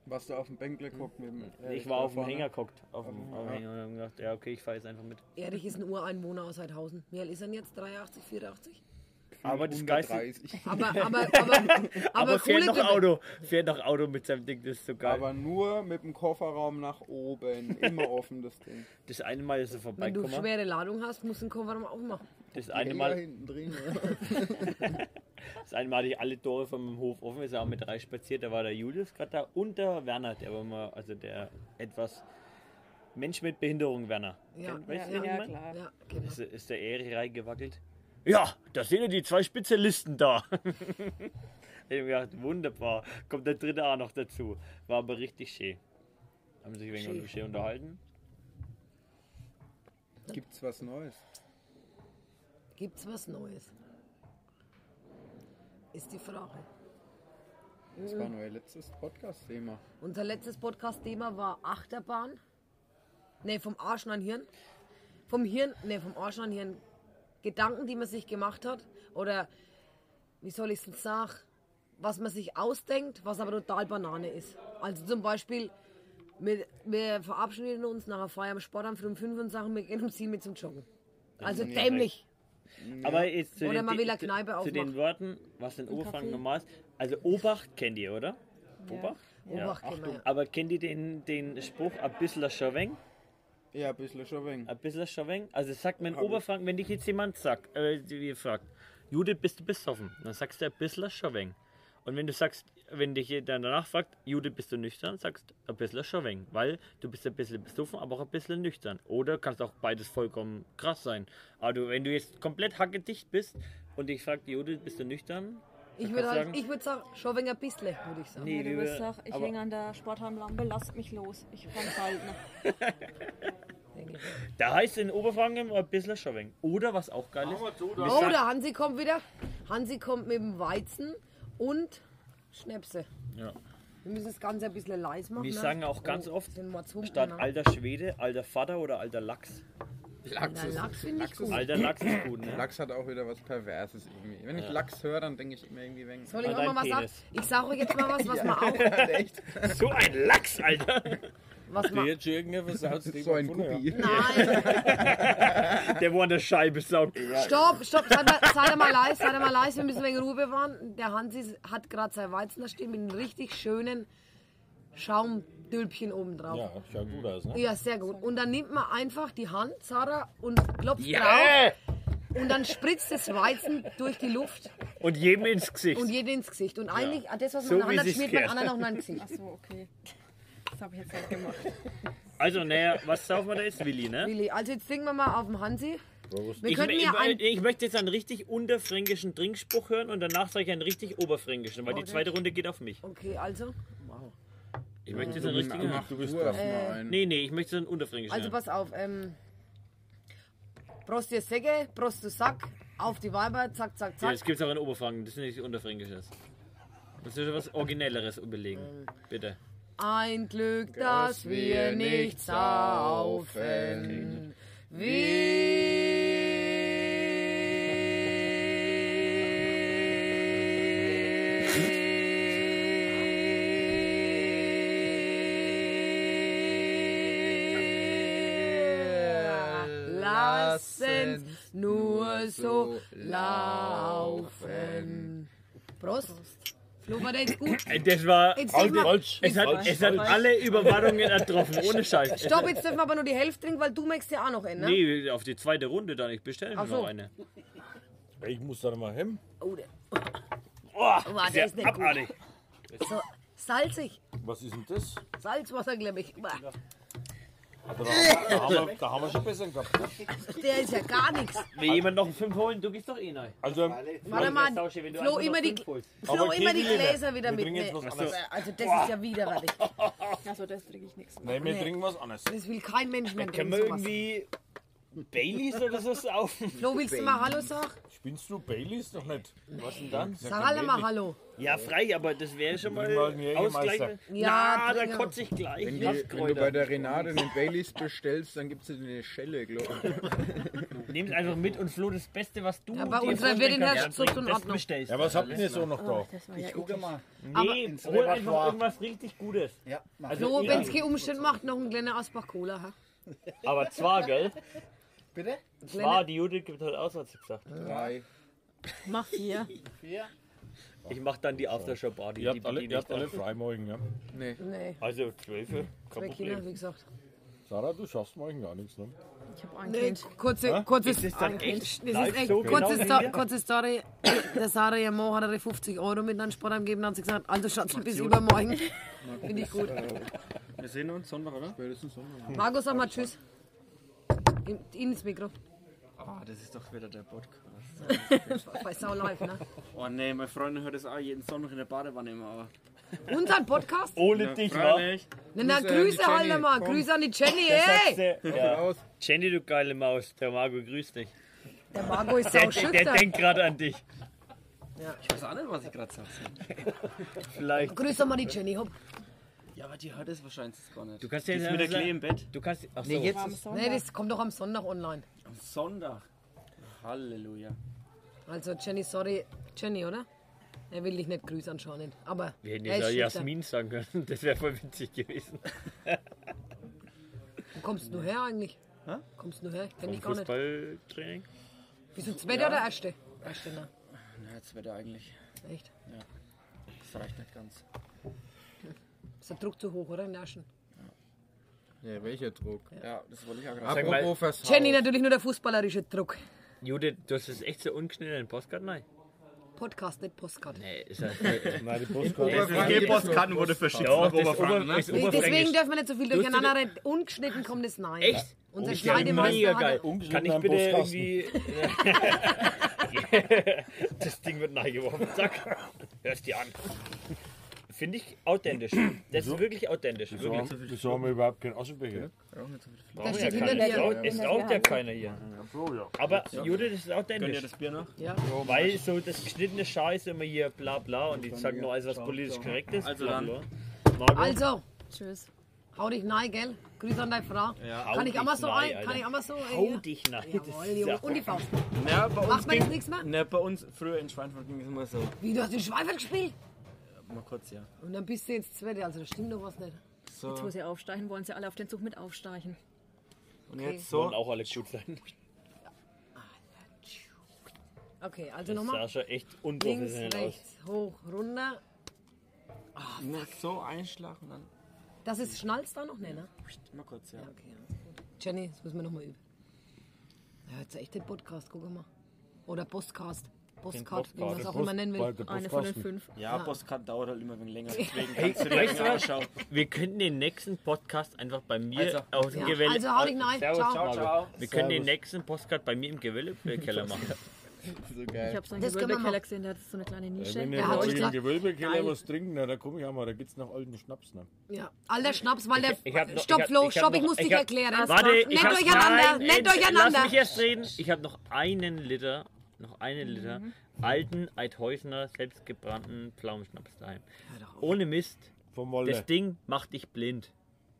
[SPEAKER 2] Was du auf dem Bänkle guckt mit dem Erich
[SPEAKER 6] Ich war auf dem
[SPEAKER 2] vorne.
[SPEAKER 6] Hänger geguckt. Auf dem,
[SPEAKER 2] Auf
[SPEAKER 6] auf dem
[SPEAKER 2] dem-
[SPEAKER 6] Hänger und hab gedacht, ja, okay, ich fahre jetzt einfach mit.
[SPEAKER 3] Erich ist ein Ureinwohner aus Heidhausen. Wie alt ist er denn jetzt? 83, 84?
[SPEAKER 6] <laughs> Aber das Geiste.
[SPEAKER 2] 130.
[SPEAKER 3] Aber, aber, aber, aber,
[SPEAKER 6] Aber fährt
[SPEAKER 3] coole
[SPEAKER 6] noch
[SPEAKER 3] Grippe.
[SPEAKER 6] Auto. Fährt noch Auto mit seinem Ding, das ist so geil.
[SPEAKER 2] Aber nur mit dem Kofferraum nach oben. Immer offen, das
[SPEAKER 7] <laughs>
[SPEAKER 2] Ding.
[SPEAKER 6] das eine Mal ist er
[SPEAKER 3] Wenn du
[SPEAKER 6] vorbeigekommen.
[SPEAKER 3] schwere Ladung hast, musst du den Kofferraum aufmachen.
[SPEAKER 6] Das eine
[SPEAKER 2] Immer
[SPEAKER 6] Mal,
[SPEAKER 2] hinten drin.
[SPEAKER 6] das eine Mal hatte ich alle Tore von meinem Hof offen. Wir sind auch mit drei spaziert. Da war der Julius gerade da und der Werner, der war mal, also der etwas Mensch mit Behinderung Werner.
[SPEAKER 3] Ja,
[SPEAKER 6] Kennt-
[SPEAKER 4] Ja,
[SPEAKER 6] Äh, weißt du, wen ich
[SPEAKER 4] ja
[SPEAKER 6] mein?
[SPEAKER 4] klar.
[SPEAKER 3] Ja, genau.
[SPEAKER 6] Ist, ist der Erich reingewackelt? Ja, da sind ja die zwei Spezialisten da. <laughs> ich hab gedacht, wunderbar. Kommt der dritte auch noch dazu. War aber richtig schön. Haben sich wegen
[SPEAKER 3] Schön.
[SPEAKER 6] dem schön unterhalten.
[SPEAKER 2] <laughs> Gibt's was Neues?
[SPEAKER 3] Gibt's was Neues? Ist die Frage.
[SPEAKER 2] Das war euer letztes Podcast-Thema.
[SPEAKER 3] Unser letztes Podcast-Thema war Achterbahn. Ne, vom Arsch an Hirn. Vom Hirn, ne, vom Arsch an Hirn. Gedanken, die man sich gemacht hat. Oder, wie soll ich es sagen, was man sich ausdenkt, was aber total Banane ist. Also zum Beispiel, wir, wir verabschieden uns nach einer Feier am Sportamt um 5 und sagen, wir gehen um 7 zum Joggen. Also dämlich.
[SPEAKER 6] Aber jetzt zu
[SPEAKER 3] Oder
[SPEAKER 6] den,
[SPEAKER 3] mal wieder
[SPEAKER 6] zu-
[SPEAKER 3] Kneipe
[SPEAKER 6] zu
[SPEAKER 3] aufmachen.
[SPEAKER 6] den Worten, was in Oberfranken normal ist. Also Obacht kennt ihr, oder? Obacht?
[SPEAKER 3] Obacht kennen wir, ja.
[SPEAKER 6] Aber kennt ihr den, den Spruch, ein bisschen Schaweng?
[SPEAKER 2] Ja, ein bisschen schon wegen.
[SPEAKER 6] Ein bisschen Schaweng? Also sagt man in Oberfranken, wenn dich jetzt jemand sagt, äh, die fragt, Judith, bist du besoffen? Dann sagst du ein bisschen Schaweng. Und wenn du sagst, wenn dich jeder danach fragt, Judith, bist du nüchtern? Sagst du ein bisschen Schaweng. Weil du bist ein bisschen besoffen, aber auch ein bisschen nüchtern. Oder kannst auch beides vollkommen krass sein. Aber du, wenn du jetzt komplett hackedicht bist und dich fragt, Judith, bist du nüchtern?
[SPEAKER 3] Ich
[SPEAKER 6] kannst
[SPEAKER 3] würde
[SPEAKER 6] sagen-
[SPEAKER 3] halt, ich würd sagen, schon wegen ein bisschen, würde ich sagen.
[SPEAKER 6] Nee,
[SPEAKER 4] Ja, du
[SPEAKER 6] lieber-
[SPEAKER 4] wirst doch, ich
[SPEAKER 6] aber-
[SPEAKER 4] hänge an der Sportheimlampe, lasst mich los. Ich kann halten.
[SPEAKER 3] Denke ich.
[SPEAKER 6] Da heißt in Oberfranken ein bisschen Schowing. Oder was auch geil ist. wir
[SPEAKER 3] Oh,
[SPEAKER 6] sagen-
[SPEAKER 3] der Hansi kommt wieder. Hansi kommt mit dem Weizen und Schnäpse.
[SPEAKER 6] Ja.
[SPEAKER 3] Wir müssen das Ganze ein bisschen leise machen.
[SPEAKER 6] Wir
[SPEAKER 3] ne?
[SPEAKER 6] sagen auch ganz
[SPEAKER 3] Oh,
[SPEAKER 6] oft,
[SPEAKER 3] sind wir zu,
[SPEAKER 6] statt
[SPEAKER 4] Genau.
[SPEAKER 3] ne?
[SPEAKER 6] alter Schwede, alter Vater oder alter Lachs.
[SPEAKER 3] Na, Lachs finde ich gut.
[SPEAKER 6] Alter Lachs ist gut, ne?
[SPEAKER 2] Lachs hat auch wieder was Perverses irgendwie. Wenn ich Lachs höre, dann denke ich immer irgendwie wegen.
[SPEAKER 3] Soll ich
[SPEAKER 6] Alter,
[SPEAKER 3] auch mal was
[SPEAKER 6] ein
[SPEAKER 3] sagen?
[SPEAKER 6] Penis.
[SPEAKER 3] Ich sage euch jetzt mal was,
[SPEAKER 6] <laughs>
[SPEAKER 3] was man auch...
[SPEAKER 2] Echt?
[SPEAKER 6] So ein Lachs, Alter!
[SPEAKER 3] Was
[SPEAKER 5] Der
[SPEAKER 3] man,
[SPEAKER 5] jetzt schon <laughs> irgendetwas aus dem
[SPEAKER 2] So ein
[SPEAKER 5] Futter.
[SPEAKER 2] Guppi.
[SPEAKER 3] nein,
[SPEAKER 6] Der wo an der Scheibe saugt.
[SPEAKER 3] stopp, stopp, seid mal, seid mal leise, seid mal leise, wir müssen wegen Ruhe bewahren. Der Hansi hat gerade sein Weizen da stehen mit einem richtig schönen Schaumdülpchen oben drauf.
[SPEAKER 5] Ja, schaut gut aus, ne?
[SPEAKER 3] Ja, sehr gut. Und dann nimmt man einfach die Hand, Sarah, und klopft
[SPEAKER 6] Ja!
[SPEAKER 3] drauf. Und dann spritzt das Weizen durch die Luft
[SPEAKER 6] Und jedem ins Gesicht.
[SPEAKER 3] und jedem ins Gesicht. Und eigentlich, ah, das, was man in
[SPEAKER 6] So
[SPEAKER 3] der
[SPEAKER 6] wie
[SPEAKER 3] Hand hat,
[SPEAKER 6] sich's
[SPEAKER 3] schmiert man
[SPEAKER 6] gehört.
[SPEAKER 3] anderen auch noch ins Gesicht.
[SPEAKER 4] Achso, okay. Das habe ich jetzt nicht gemacht.
[SPEAKER 6] Also, naja, was saufen wir da jetzt? Willi, ne?
[SPEAKER 3] Willi, also jetzt singen wir mal auf dem Hansi. Wir
[SPEAKER 6] Ich,
[SPEAKER 3] könnten
[SPEAKER 6] ich,
[SPEAKER 3] ja ein...
[SPEAKER 6] ich, möchte jetzt einen richtig unterfränkischen Trinkspruch hören und danach sage ich einen richtig oberfränkischen, weil
[SPEAKER 3] Oh,
[SPEAKER 6] die zweite Runde geht auf mich.
[SPEAKER 3] Okay, also,
[SPEAKER 6] Ich möchte jetzt einen richtigen hören.
[SPEAKER 2] Du bist das mal ein.
[SPEAKER 6] Nee, nee, ich möchte so einen unterfränkischen
[SPEAKER 3] also
[SPEAKER 6] hören.
[SPEAKER 3] pass auf. Ähm, Prost dir Säcke, Prost du Sack, auf die Weiber, zack, zack,
[SPEAKER 6] Ja,
[SPEAKER 3] zack.
[SPEAKER 6] das gibt's auch in Oberfranken, das ist nicht Unterfränkisches. Das ist was Originelleres
[SPEAKER 3] Ähm.
[SPEAKER 6] überlegen. Bitte.
[SPEAKER 3] Ein Glück, dass wir nicht saufen. Wir
[SPEAKER 7] Äh,
[SPEAKER 3] lassen's nur so laufen. Prost. Flo, war der jetzt gut?
[SPEAKER 6] Das war.
[SPEAKER 3] Jetzt dürfen wir,
[SPEAKER 5] Holz.
[SPEAKER 6] Es hat, es hat alle Überwartungen ertroffen, ohne Scheiß.
[SPEAKER 3] stopp, jetzt dürfen wir aber nur die Hälfte trinken, weil du möchtest ja auch noch in, ne?
[SPEAKER 6] Nee, auf die zweite Runde dann. Ich bestelle
[SPEAKER 3] Ach
[SPEAKER 6] mir
[SPEAKER 3] so.
[SPEAKER 6] noch eine.
[SPEAKER 5] Ich muss da mal hin.
[SPEAKER 3] Oh, der,
[SPEAKER 6] Oh,
[SPEAKER 3] oh, der ist nicht
[SPEAKER 6] abartig.
[SPEAKER 3] gut. So, salzig,
[SPEAKER 5] Was ist denn <laughs> das?
[SPEAKER 3] Salzwasser, glaube ich. Uah,
[SPEAKER 5] Da, da, haben wir, da haben wir schon besser gehabt.
[SPEAKER 3] Der ist ja gar nichts.
[SPEAKER 6] Will jemand noch einen 5 holen? Du gehst doch eh rein.
[SPEAKER 5] Also,
[SPEAKER 3] Warte mal, Flo, immer die, Flo,
[SPEAKER 5] Aber
[SPEAKER 3] immer die
[SPEAKER 5] Kegelchen,
[SPEAKER 3] Gläser wieder
[SPEAKER 5] wir trinken jetzt
[SPEAKER 3] mitnehmen. Also,
[SPEAKER 5] was anderes.
[SPEAKER 3] also das ist ja widerwärtig.
[SPEAKER 4] Also das trinke ich nichts.
[SPEAKER 5] nein, wir trinken was anderes.
[SPEAKER 3] Das will kein Mensch mehr
[SPEAKER 6] Können
[SPEAKER 3] trinken.
[SPEAKER 6] wir
[SPEAKER 3] Sowas.
[SPEAKER 6] irgendwie Baileys oder so saufen?
[SPEAKER 3] Flo, willst du mal Hallo sagen?
[SPEAKER 5] Spinnst du Baileys noch nicht? Was denn dann?
[SPEAKER 3] Sag alle mal Hallo.
[SPEAKER 6] Ja, frei, aber das wäre schon mal
[SPEAKER 5] mal einen Jägermeister.
[SPEAKER 6] Ausgleich.
[SPEAKER 3] Ja,
[SPEAKER 6] Na, da
[SPEAKER 3] Digga.
[SPEAKER 6] kotze ich gleich.
[SPEAKER 7] Wenn, die, wenn du
[SPEAKER 6] Kraftkräuter.
[SPEAKER 7] bei der Renate den Baileys bestellst, dann gibt's dir eine Schelle, glaube ich.
[SPEAKER 6] Nimm's einfach mit und Flo das Beste, was du
[SPEAKER 3] bei
[SPEAKER 6] dir
[SPEAKER 3] unserer wird in der
[SPEAKER 6] vorstellen kannst,
[SPEAKER 3] Zucht in
[SPEAKER 6] das
[SPEAKER 3] Ordnung.
[SPEAKER 6] bestellst.
[SPEAKER 5] Ja, was habt ihr denn so noch da?
[SPEAKER 8] Ich gucke mal.
[SPEAKER 6] Nee, hol einfach irgendwas richtig Gutes. Also,
[SPEAKER 8] Ja, mach
[SPEAKER 3] Flo,
[SPEAKER 6] ja.
[SPEAKER 3] wenn es keine Umstände macht, noch ein kleiner Asbach Cola. ha?
[SPEAKER 6] Aber zwar, gell?
[SPEAKER 8] bitte.
[SPEAKER 6] Zwar, die Judith gibt halt aus, was sie gesagt hat.
[SPEAKER 7] Drei.
[SPEAKER 8] Mach vier.
[SPEAKER 6] Ich mach dann die Aftershow-Party.
[SPEAKER 5] Ihr
[SPEAKER 6] die
[SPEAKER 5] habt alle,
[SPEAKER 6] bediene
[SPEAKER 5] ihr
[SPEAKER 6] ich
[SPEAKER 5] habt
[SPEAKER 6] dann.
[SPEAKER 5] alle frei morgen, ja?
[SPEAKER 7] Nee.
[SPEAKER 3] Nee,
[SPEAKER 6] Also, zwölf, kein
[SPEAKER 3] Hm. zwei Kinder,
[SPEAKER 6] Problem.
[SPEAKER 3] wie gesagt.
[SPEAKER 5] Sarah, du schaffst morgen gar nichts,
[SPEAKER 6] <laughs>
[SPEAKER 5] ne?
[SPEAKER 4] Ich habe Angst.
[SPEAKER 3] Nee, Äh, kurze, kurze,
[SPEAKER 6] Ist das dann echt?
[SPEAKER 3] Das
[SPEAKER 6] live
[SPEAKER 3] ist echt
[SPEAKER 6] so
[SPEAKER 3] kurze,
[SPEAKER 6] genau
[SPEAKER 3] Sto kurze Story. <coughs> Der Sarah Jamo hat ihre 50 Euro mit an den Sport angegeben und hat sie gesagt, also Schatz, bis
[SPEAKER 7] <laughs>
[SPEAKER 3] übermorgen. Finde ich gut.
[SPEAKER 7] Wir sehen uns Sonntag, oder? Spätestens Sonntag.
[SPEAKER 3] Marco, sag mal Tschüss. In, in ins Mikro.
[SPEAKER 9] Ah, das ist doch wieder der Podcast.
[SPEAKER 3] Bei Sau Live, ne?
[SPEAKER 9] Oh nee, meine Freundin hört das auch jeden Sonntag in der Badewanne immer. Aber
[SPEAKER 3] Unseren Podcast?
[SPEAKER 6] Ohne dich, wa?
[SPEAKER 7] Freilich.
[SPEAKER 3] Na, na,
[SPEAKER 7] Oh, Grüße an die
[SPEAKER 3] Grüße halt
[SPEAKER 7] Jenny,
[SPEAKER 3] einmal.
[SPEAKER 7] komm.
[SPEAKER 3] Grüße an die
[SPEAKER 7] <laughs>
[SPEAKER 3] Jenny,
[SPEAKER 6] Sagst
[SPEAKER 3] ey!
[SPEAKER 6] du, ja.
[SPEAKER 7] Aus.
[SPEAKER 6] Jenny, du geile Maus. Der Marco grüßt
[SPEAKER 3] Oh,
[SPEAKER 6] dich.
[SPEAKER 3] Der Marco ist
[SPEAKER 6] Der,
[SPEAKER 3] sau
[SPEAKER 6] der, der
[SPEAKER 3] schüchtern.
[SPEAKER 6] denkt gerade an dich.
[SPEAKER 9] ich weiß auch nicht, was ich gerade sage.
[SPEAKER 6] Vielleicht.
[SPEAKER 3] Grüß doch mal die Jenny, hopp.
[SPEAKER 9] Ja, aber die hört es wahrscheinlich jetzt gar nicht.
[SPEAKER 6] Du kannst
[SPEAKER 9] die
[SPEAKER 6] ja
[SPEAKER 9] ist
[SPEAKER 6] jetzt
[SPEAKER 9] mit der
[SPEAKER 6] einfach
[SPEAKER 9] Klee
[SPEAKER 6] sagen-
[SPEAKER 9] im Bett.
[SPEAKER 6] Du kannst. Achso.
[SPEAKER 9] Nee, jetzt
[SPEAKER 4] Am
[SPEAKER 9] ist
[SPEAKER 3] Nee,
[SPEAKER 4] Sonntag.
[SPEAKER 3] das kommt doch am Sonntag online.
[SPEAKER 9] am Sonntag. Halleluja.
[SPEAKER 3] Also Jenny, sorry. Jenny, oder? Er will dich nicht grüßen anscheinend. Aber
[SPEAKER 6] Wir hätten
[SPEAKER 3] er
[SPEAKER 6] jetzt auch
[SPEAKER 3] ist schüchtern.
[SPEAKER 6] Jasmin sagen können. <laughs> Das wäre voll witzig gewesen.
[SPEAKER 3] Wo kommst du her eigentlich? Kommst du her? Kenn
[SPEAKER 6] Vom
[SPEAKER 3] ich gar nicht.
[SPEAKER 6] Fußballtraining?
[SPEAKER 3] Bist du zweiter oder erste? Erste, ne?
[SPEAKER 9] Na, jetzt wird er eigentlich.
[SPEAKER 3] Echt?
[SPEAKER 9] Das reicht nicht ganz.
[SPEAKER 3] Ist der Druck zu hoch, oder? In der ersten.
[SPEAKER 7] Ja, welcher Druck?
[SPEAKER 9] Ja, das wollte ich auch gerade.
[SPEAKER 7] Apropos versaut.
[SPEAKER 3] Jenny, natürlich nur der fußballerische Druck.
[SPEAKER 6] Judith, du hast das echt so ungeschnittenen Postcard? Nein.
[SPEAKER 3] Podcast, nicht Postcard.
[SPEAKER 6] Nee, ist das. Nein, die
[SPEAKER 7] Das
[SPEAKER 6] Postcard.
[SPEAKER 7] ist die Postkarten
[SPEAKER 8] wurde verschickt.
[SPEAKER 6] Ja, das Ober, das
[SPEAKER 3] Deswegen
[SPEAKER 6] Oberfränkisch.
[SPEAKER 3] dürfen wir nicht so viel durcheinander reden. Ungeschnitten kommt es nein.
[SPEAKER 6] Echt?
[SPEAKER 3] Unser
[SPEAKER 6] Oh,
[SPEAKER 3] Schneidemeister
[SPEAKER 6] mega
[SPEAKER 3] hat-
[SPEAKER 6] geil. Kann
[SPEAKER 5] Ungeschnitten
[SPEAKER 6] ich
[SPEAKER 5] am
[SPEAKER 6] bitte
[SPEAKER 5] Postkasten.
[SPEAKER 6] irgendwie. <laughs> das Ding wird neigeworfen. Zack. Hörst dir an. Finde ich authentisch. Das ist wirklich authentisch. Wirklich.
[SPEAKER 5] Wieso, wieso haben wir überhaupt keinen Aschenbecher?
[SPEAKER 3] Der steht
[SPEAKER 6] Ja,
[SPEAKER 3] hinter
[SPEAKER 6] keiner.
[SPEAKER 3] dir.
[SPEAKER 6] Sau- Es raucht ja keiner hier. Aber Judith ist
[SPEAKER 9] Könnt ihr
[SPEAKER 6] authentisch.
[SPEAKER 9] das Bier noch?
[SPEAKER 6] Weil so das geschnittene Scheiße immer hier bla bla und die sagen nur alles, was politisch korrekt ist.
[SPEAKER 9] Also
[SPEAKER 6] bla,
[SPEAKER 9] dann.
[SPEAKER 6] bla. Margot,
[SPEAKER 3] Also,
[SPEAKER 4] Tschüss.
[SPEAKER 3] hau dich nein, gell? Grüß an deine Frau.
[SPEAKER 6] hau
[SPEAKER 3] kann ich
[SPEAKER 6] dich
[SPEAKER 3] auch mal so
[SPEAKER 6] nein,
[SPEAKER 3] ein? Kann
[SPEAKER 6] Alter.
[SPEAKER 3] ich auch mal so
[SPEAKER 6] Hau
[SPEAKER 3] ein?
[SPEAKER 6] dich nach.
[SPEAKER 3] Jawohl, Junge. Und die Faust.
[SPEAKER 9] Na, bei
[SPEAKER 3] Macht
[SPEAKER 9] uns
[SPEAKER 3] man jetzt
[SPEAKER 9] ging,
[SPEAKER 3] nichts mehr?
[SPEAKER 9] na, bei uns früher in Schweinfurt ging es immer so.
[SPEAKER 3] Wie, du hast den Schweifel gespielt?
[SPEAKER 9] Mal kurz, ja.
[SPEAKER 3] Und dann bist du jetzt Zweite, also da stimmt doch was nicht.
[SPEAKER 9] So.
[SPEAKER 4] Jetzt, wo sie aufsteigen, wollen sie alle auf den Zug mit aufsteigen.
[SPEAKER 9] Und jetzt
[SPEAKER 6] Sollen
[SPEAKER 9] so.
[SPEAKER 6] auch alle gut sein.
[SPEAKER 3] Okay, also
[SPEAKER 6] Das
[SPEAKER 3] nochmal.
[SPEAKER 6] sah schon echt
[SPEAKER 3] Links,
[SPEAKER 6] unprofessionell aus.
[SPEAKER 3] rechts, hoch, runter.
[SPEAKER 9] Nur so einschlagen und dann.
[SPEAKER 3] Das ist Schnalz da noch nicht, ne?
[SPEAKER 9] Mal kurz, ja.
[SPEAKER 3] Okay, alles gut. Jenny, das müssen wir nochmal üben. Ja, jetzt echt den Podcast, guck mal. Oder Postcast. Postcard, wie man es auch immer nennen will.
[SPEAKER 4] Eine von den fünf.
[SPEAKER 9] Ja, Postcard dauert halt immer ein wenig länger. <laughs> Deswegen kannst du dir
[SPEAKER 6] weißt du
[SPEAKER 9] länger
[SPEAKER 6] was?
[SPEAKER 9] anschauen.
[SPEAKER 6] Wir könnten den nächsten Podcast einfach bei mir
[SPEAKER 9] Also.
[SPEAKER 6] aus dem
[SPEAKER 3] Ja,
[SPEAKER 6] Gewelle.
[SPEAKER 3] also hau dich nein.
[SPEAKER 6] Servus,
[SPEAKER 3] Ciao.
[SPEAKER 6] Margot.
[SPEAKER 9] Ciao.
[SPEAKER 6] Wir können den nächsten Podcast bei mir im Gewölbekeller machen.
[SPEAKER 4] Ich habe so einen
[SPEAKER 3] Das können wir
[SPEAKER 4] Gewölbekeller
[SPEAKER 3] machen.
[SPEAKER 4] gesehen, der hat so eine kleine Nische.
[SPEAKER 5] Wenn
[SPEAKER 4] Ja,
[SPEAKER 5] ihr
[SPEAKER 3] hat sich
[SPEAKER 5] bei euch im
[SPEAKER 3] gesagt,
[SPEAKER 5] Gewölbekeller
[SPEAKER 3] geil.
[SPEAKER 5] was trinken, na, dann komme ich auch mal. Da gibt's noch alten Schnaps. Ne?
[SPEAKER 3] Ja, alter Schnaps, weil der.
[SPEAKER 6] <laughs> Ich hab noch-
[SPEAKER 3] stopp,
[SPEAKER 6] ich hab-
[SPEAKER 3] Flo,
[SPEAKER 6] ich hab
[SPEAKER 3] stopp, ich
[SPEAKER 6] noch-
[SPEAKER 3] muss dich
[SPEAKER 6] hab-
[SPEAKER 3] erklären.
[SPEAKER 6] Warte, ich
[SPEAKER 3] nicht
[SPEAKER 6] hab-
[SPEAKER 3] durcheinander,
[SPEAKER 6] nein,
[SPEAKER 3] nicht
[SPEAKER 6] jetzt- Lass
[SPEAKER 3] durcheinander.
[SPEAKER 6] mich erst reden. Ich habe noch einen Liter, noch einen Liter
[SPEAKER 3] Mhm.
[SPEAKER 6] alten Eidhäusener selbstgebrannten Pflaumenschnaps daheim. Ohne Mist,
[SPEAKER 5] Vom
[SPEAKER 6] das
[SPEAKER 5] Wolle.
[SPEAKER 6] Ding macht dich blind.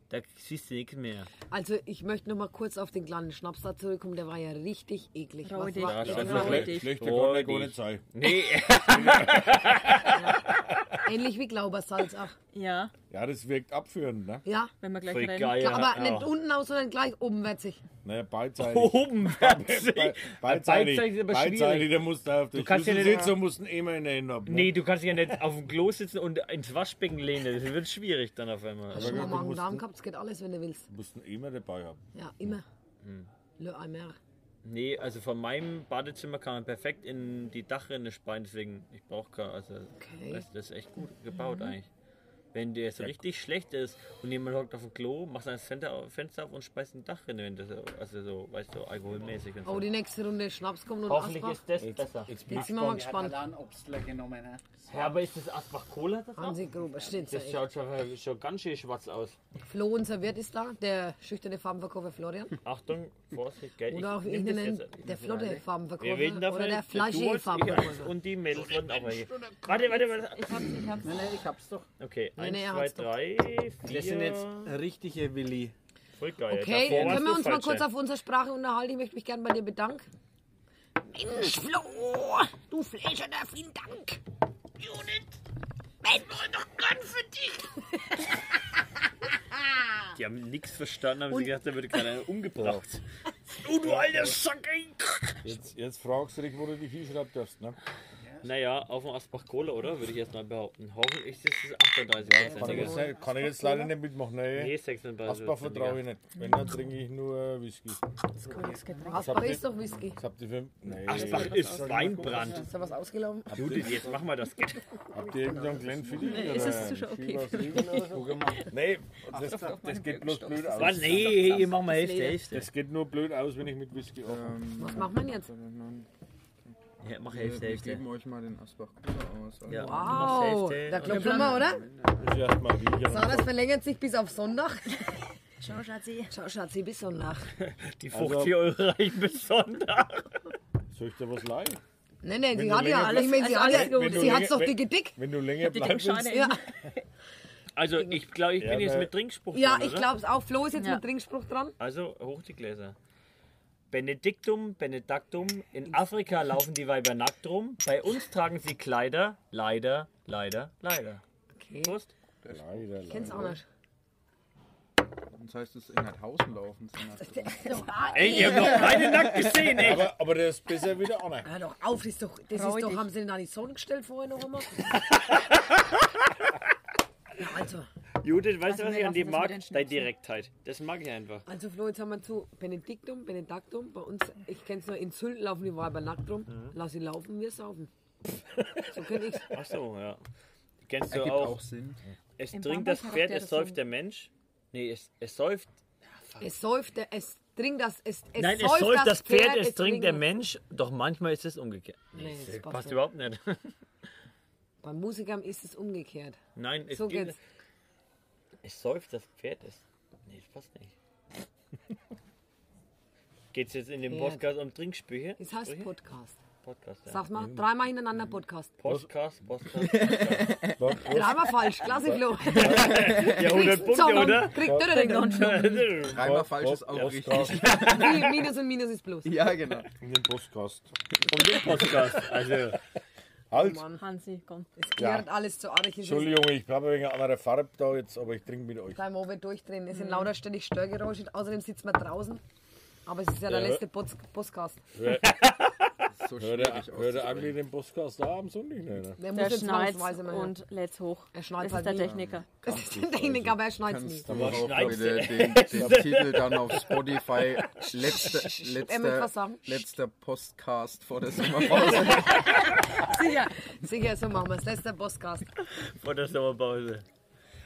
[SPEAKER 6] Da siehst du nichts mehr.
[SPEAKER 3] Also, ich möchte noch mal kurz auf den kleinen Schnaps da zurückkommen. Der war ja richtig eklig.
[SPEAKER 4] Raue
[SPEAKER 3] Was
[SPEAKER 4] Dick.
[SPEAKER 3] war
[SPEAKER 4] Ja,
[SPEAKER 3] das?
[SPEAKER 4] Schnaps.
[SPEAKER 3] <laughs>
[SPEAKER 5] Schle schlechter
[SPEAKER 6] Oh,
[SPEAKER 5] kann der gar
[SPEAKER 6] die-
[SPEAKER 5] nicht sein.
[SPEAKER 6] Nee,
[SPEAKER 3] Ähnlich wie Glaubersalz auch.
[SPEAKER 4] Ja.
[SPEAKER 5] Ja, das wirkt abführend, ne?
[SPEAKER 3] Ja.
[SPEAKER 4] Wenn wir gleich
[SPEAKER 5] Voll
[SPEAKER 4] rein.
[SPEAKER 5] geil.
[SPEAKER 3] Ja, aber
[SPEAKER 5] ja.
[SPEAKER 3] nicht unten aus, sondern gleich oben witzig.
[SPEAKER 5] Naja,
[SPEAKER 6] <laughs>
[SPEAKER 5] beidseitig.
[SPEAKER 6] Oh, Obenwärtsig.
[SPEAKER 5] Be- Beidseitig,
[SPEAKER 6] Beidseitig ist aber
[SPEAKER 5] beidseitig,
[SPEAKER 6] schwierig.
[SPEAKER 5] der muss da auf der
[SPEAKER 6] Du kannst ja
[SPEAKER 5] Schüssel
[SPEAKER 6] nicht-
[SPEAKER 5] sitzen und musst ihn immer in der Hände haben. Ne?
[SPEAKER 6] Nee, du kannst dich ja nicht auf dem Klo sitzen und ins Waschbecken lehnen. Das wird schwierig dann auf einmal.
[SPEAKER 3] Hast du mal Magen Darm gehabt? Es geht alles, wenn du willst.
[SPEAKER 5] Du musst ihn immer dabei haben.
[SPEAKER 3] Ja, immer.
[SPEAKER 6] Hm.
[SPEAKER 3] Le Aimer.
[SPEAKER 6] Nee, also von meinem Badezimmer kann man perfekt in die Dachrinne speien, deswegen ich brauche gar, also
[SPEAKER 3] Okay. Mhm.
[SPEAKER 6] das, das ist echt gut gebaut eigentlich. Wenn der so richtig schlecht ist und jemand hockt auf dem Klo, machst du das Fenster auf, Fenster auf und speist in die Dachrinne, wenn das, so- also so, weißt du, alkoholmäßig und so.
[SPEAKER 3] Oh, die nächste Runde Schnaps kommt und
[SPEAKER 6] Hoffentlich
[SPEAKER 3] Asbach.
[SPEAKER 6] ist das besser.
[SPEAKER 3] Jetzt sind wir
[SPEAKER 8] Ich
[SPEAKER 3] mal
[SPEAKER 8] habe
[SPEAKER 3] gespannt.
[SPEAKER 8] da einen Obstler genommen. Ne?
[SPEAKER 6] Ja, aber ist das Asbach Cola das auch?
[SPEAKER 3] Hansi Gruber steht
[SPEAKER 6] Das
[SPEAKER 3] ja.
[SPEAKER 6] schaut schon, schon ganz schön schwarz aus.
[SPEAKER 3] Flo, unser Wirt ist da, der schüchterne Farbenverkäufer Florian.
[SPEAKER 6] Achtung, Vorsicht, gell?
[SPEAKER 3] Oder auch
[SPEAKER 6] nehm das
[SPEAKER 3] irgendeinen,
[SPEAKER 6] jetzt-
[SPEAKER 3] der flotte
[SPEAKER 6] Wir reden
[SPEAKER 3] Farbenverkäufer.
[SPEAKER 6] davon,
[SPEAKER 3] Oder der
[SPEAKER 6] dass du
[SPEAKER 3] fleischige
[SPEAKER 6] uns- ich
[SPEAKER 3] Farbenverkäufer.
[SPEAKER 6] und die Mädels wurden aber hier. Warte, warte, warte.
[SPEAKER 4] Ich hab's, ich hab's.
[SPEAKER 8] Nein, nein, ich hab's doch.
[SPEAKER 6] Okay,
[SPEAKER 3] Nee, nee, er
[SPEAKER 6] 1,
[SPEAKER 3] hat's
[SPEAKER 6] 2, 3, 4.
[SPEAKER 7] Das sind jetzt richtige Willi.
[SPEAKER 6] Voll geil.
[SPEAKER 3] Okay,
[SPEAKER 6] Davor warst
[SPEAKER 3] können wir
[SPEAKER 6] du
[SPEAKER 3] uns mal
[SPEAKER 6] falsch,
[SPEAKER 3] kurz
[SPEAKER 6] ey.
[SPEAKER 3] auf unsere Sprache unterhalten? Ich möchte mich gerne bei dir bedanken. Mensch, Flo, du Fläschender, vielen Dank. Judith, mein neuer Gönn für dich.
[SPEAKER 6] Die haben nichts verstanden, haben sie gedacht, da würde
[SPEAKER 9] <laughs>
[SPEAKER 6] gerade einer umgebracht. Oh, du alter Sack, ey.
[SPEAKER 5] Jetzt, jetzt fragst du dich, wo du dich hinschreiben darfst, ne?
[SPEAKER 6] Naja, auf dem Asbach Cola, oder? Würde ich erst mal behaupten. Hoffentlich ist es 38
[SPEAKER 5] Kann ich jetzt, nicht, kann ich jetzt leider nicht mitmachen,
[SPEAKER 6] Nee, also,
[SPEAKER 5] ne?
[SPEAKER 6] 36.
[SPEAKER 5] Asbach vertraue ich nicht. Wenn, dann trinke ich nur äh, Whisky.
[SPEAKER 3] Asbach ist doch Whisky.
[SPEAKER 5] Das habt ihr für... Nee.
[SPEAKER 6] Asbach ist Weinbrand.
[SPEAKER 3] Ist da was ausgelaufen?
[SPEAKER 6] Judith, jetzt mach mal das. Kind.
[SPEAKER 5] Habt ihr irgendeinen Glenfiddich? Nee,
[SPEAKER 4] ist es schon okay?
[SPEAKER 5] Nee, das, das geht bloß blöd aus.
[SPEAKER 6] Was? Nee, hier machen wir Hälfte, Hälfte.
[SPEAKER 5] Das geht nur blöd aus, wenn ich mit Whisky aufmache.
[SPEAKER 3] Was macht man jetzt?
[SPEAKER 6] Ja, mach
[SPEAKER 2] Wir,
[SPEAKER 6] Hälfte,
[SPEAKER 2] wir
[SPEAKER 6] Hälfte.
[SPEAKER 2] geben euch mal den Asbach Cola aus. also
[SPEAKER 6] Ja, mach
[SPEAKER 3] Wow,
[SPEAKER 6] Hälfte.
[SPEAKER 3] da klopft man mal, oder?
[SPEAKER 5] Muss ich erst mal riechen.
[SPEAKER 3] So, das verlängert sich bis auf Sonntag.
[SPEAKER 8] Ciao, Schatzi.
[SPEAKER 3] Schau, Schatzi, bis Sonntag.
[SPEAKER 6] Die 50 Euro <laughs> reichen bis Sonntag.
[SPEAKER 5] Soll ich dir was leihen?
[SPEAKER 3] Nee, nee, sie
[SPEAKER 5] du
[SPEAKER 3] hat ja
[SPEAKER 5] länger
[SPEAKER 3] alles. Ich meine, sie hat ja,
[SPEAKER 5] wenn du
[SPEAKER 3] sie hat's
[SPEAKER 5] länger-
[SPEAKER 3] doch dicke Dick.
[SPEAKER 5] Wenn du länger bleibst,
[SPEAKER 4] Schade.
[SPEAKER 3] Ja,
[SPEAKER 6] Also, ich glaube, ich bin
[SPEAKER 5] Ja,
[SPEAKER 6] jetzt
[SPEAKER 5] ne.
[SPEAKER 6] mit Trinkspruch
[SPEAKER 3] ja
[SPEAKER 6] dran,
[SPEAKER 3] ich
[SPEAKER 6] oder?
[SPEAKER 3] glaube es auch. Flo ist jetzt
[SPEAKER 4] Ja.
[SPEAKER 3] mit Trinkspruch dran.
[SPEAKER 6] Also, hoch die Gläser. Benediktum, Benedaktum, <laughs> in Afrika laufen die Weiber nackt rum, bei uns tragen sie Kleider, leider, leider, leider.
[SPEAKER 3] Okay.
[SPEAKER 6] Prost.
[SPEAKER 5] leider, leider.
[SPEAKER 3] Kennst auch nicht.
[SPEAKER 2] Sonst heißt es in das Haus laufen. Das
[SPEAKER 6] Ey, ihr habt noch keine nackt gesehen, ey.
[SPEAKER 5] Aber, aber der ist besser wieder auch nicht.
[SPEAKER 3] <laughs> Hör doch auf, das ist doch, das ist
[SPEAKER 4] Freu
[SPEAKER 3] doch
[SPEAKER 4] dich.
[SPEAKER 3] haben sie denn da die Sonne gestellt vorher noch einmal? ja, also,
[SPEAKER 6] Judith, weißt
[SPEAKER 4] Also,
[SPEAKER 6] du, was
[SPEAKER 4] wir
[SPEAKER 6] ich an dir
[SPEAKER 4] lassen das
[SPEAKER 6] mag?
[SPEAKER 4] mit den Schnipsen.
[SPEAKER 6] Deine Direktheit. Das mag ich einfach.
[SPEAKER 3] also Flo, jetzt haben wir zu Benediktum, Benedaktum. Bei uns, ich kenn's nur, in Sylt laufen die Weiber nackt rum. Lass sie laufen, wir
[SPEAKER 6] <laughs>
[SPEAKER 3] saufen. So kenn ich's.
[SPEAKER 6] Ach so, ja. Kennst du
[SPEAKER 2] gibt
[SPEAKER 6] auch,
[SPEAKER 2] auch Sinn.
[SPEAKER 6] es
[SPEAKER 4] Im
[SPEAKER 6] trinkt
[SPEAKER 4] Bamberg
[SPEAKER 6] das
[SPEAKER 4] hat
[SPEAKER 6] Pferd,
[SPEAKER 4] der
[SPEAKER 6] es
[SPEAKER 4] das
[SPEAKER 6] säuft
[SPEAKER 4] so-
[SPEAKER 6] der Mensch? Nee, es, es säuft
[SPEAKER 3] Es säuft, der- es trinkt das, es, es
[SPEAKER 6] Nein, es
[SPEAKER 3] säuft
[SPEAKER 6] säuft das Pferd, es
[SPEAKER 3] trinkt
[SPEAKER 6] trinkt der Mensch, doch manchmal ist es umgekehrt.
[SPEAKER 3] Nee, das passt
[SPEAKER 6] Passt
[SPEAKER 3] nicht.
[SPEAKER 6] überhaupt nicht. <laughs>
[SPEAKER 3] Bei Musikern ist es umgekehrt.
[SPEAKER 6] Nein, es,
[SPEAKER 3] So
[SPEAKER 6] geht-
[SPEAKER 3] geht's.
[SPEAKER 6] es säuft das Pferd. Es, nee, das passt nicht. Geht's jetzt in dem
[SPEAKER 3] Pferd.
[SPEAKER 6] Podcast um Trinksprüche?
[SPEAKER 3] Es heißt
[SPEAKER 6] Sprüche?
[SPEAKER 3] Podcast.
[SPEAKER 6] Podcast. Ja.
[SPEAKER 3] Sag's mal, dreimal hintereinander Podcast.
[SPEAKER 6] Podcast, Podcast. Podcast. <laughs>
[SPEAKER 3] Dreimal falsch, klasse Flo.
[SPEAKER 6] ja, 100 Punkte,
[SPEAKER 3] Zocken,
[SPEAKER 6] oder?
[SPEAKER 3] Kriegt oder den Grund.
[SPEAKER 6] <laughs>
[SPEAKER 2] Dreimal falsch ist auch richtig.
[SPEAKER 5] Postkasten.
[SPEAKER 3] Wie Minus und Minus ist Plus.
[SPEAKER 2] <laughs> Ja, genau.
[SPEAKER 5] In den Postkasten.
[SPEAKER 6] Und den Podcast. Also,
[SPEAKER 5] Halt!
[SPEAKER 4] Hansi, komm.
[SPEAKER 3] Gehört alles zu Arch. Es ist
[SPEAKER 5] Entschuldigung, ich habe wegen anderer Farbe da jetzt, aber ich trinke mit euch.
[SPEAKER 3] beim Moped durchdrehen. Es sind lauter ständig Störgeräusche. Außerdem sitzen wir draußen. Aber es ist ja der
[SPEAKER 5] Ja.
[SPEAKER 3] letzte Pots- Podcast.
[SPEAKER 2] So
[SPEAKER 5] Hör der,
[SPEAKER 2] schwierig
[SPEAKER 5] hör der Agli
[SPEAKER 2] auszusprechen.
[SPEAKER 5] den Podcast da am Sonntag nicht? Ne?
[SPEAKER 3] Der
[SPEAKER 4] Der
[SPEAKER 3] muss jetzt
[SPEAKER 4] schneit
[SPEAKER 3] zwangsweise mal. Und
[SPEAKER 4] und lädt's hoch.
[SPEAKER 3] Er schneit
[SPEAKER 4] das
[SPEAKER 3] halt
[SPEAKER 4] ist der
[SPEAKER 3] nie.
[SPEAKER 4] Techniker.
[SPEAKER 3] das ist ein Techniker, aber er schneit nie.
[SPEAKER 2] Kannst du auch
[SPEAKER 6] schneidest
[SPEAKER 2] bitte den, den Titel dann auf Spotify letzter
[SPEAKER 3] Er möchte was
[SPEAKER 2] letzter
[SPEAKER 3] sagen.
[SPEAKER 2] letzter Podcast vor der Sommerpause.
[SPEAKER 3] Sicher, sicher, so machen wir es. Letzter Podcast.
[SPEAKER 6] vor der Sommerpause.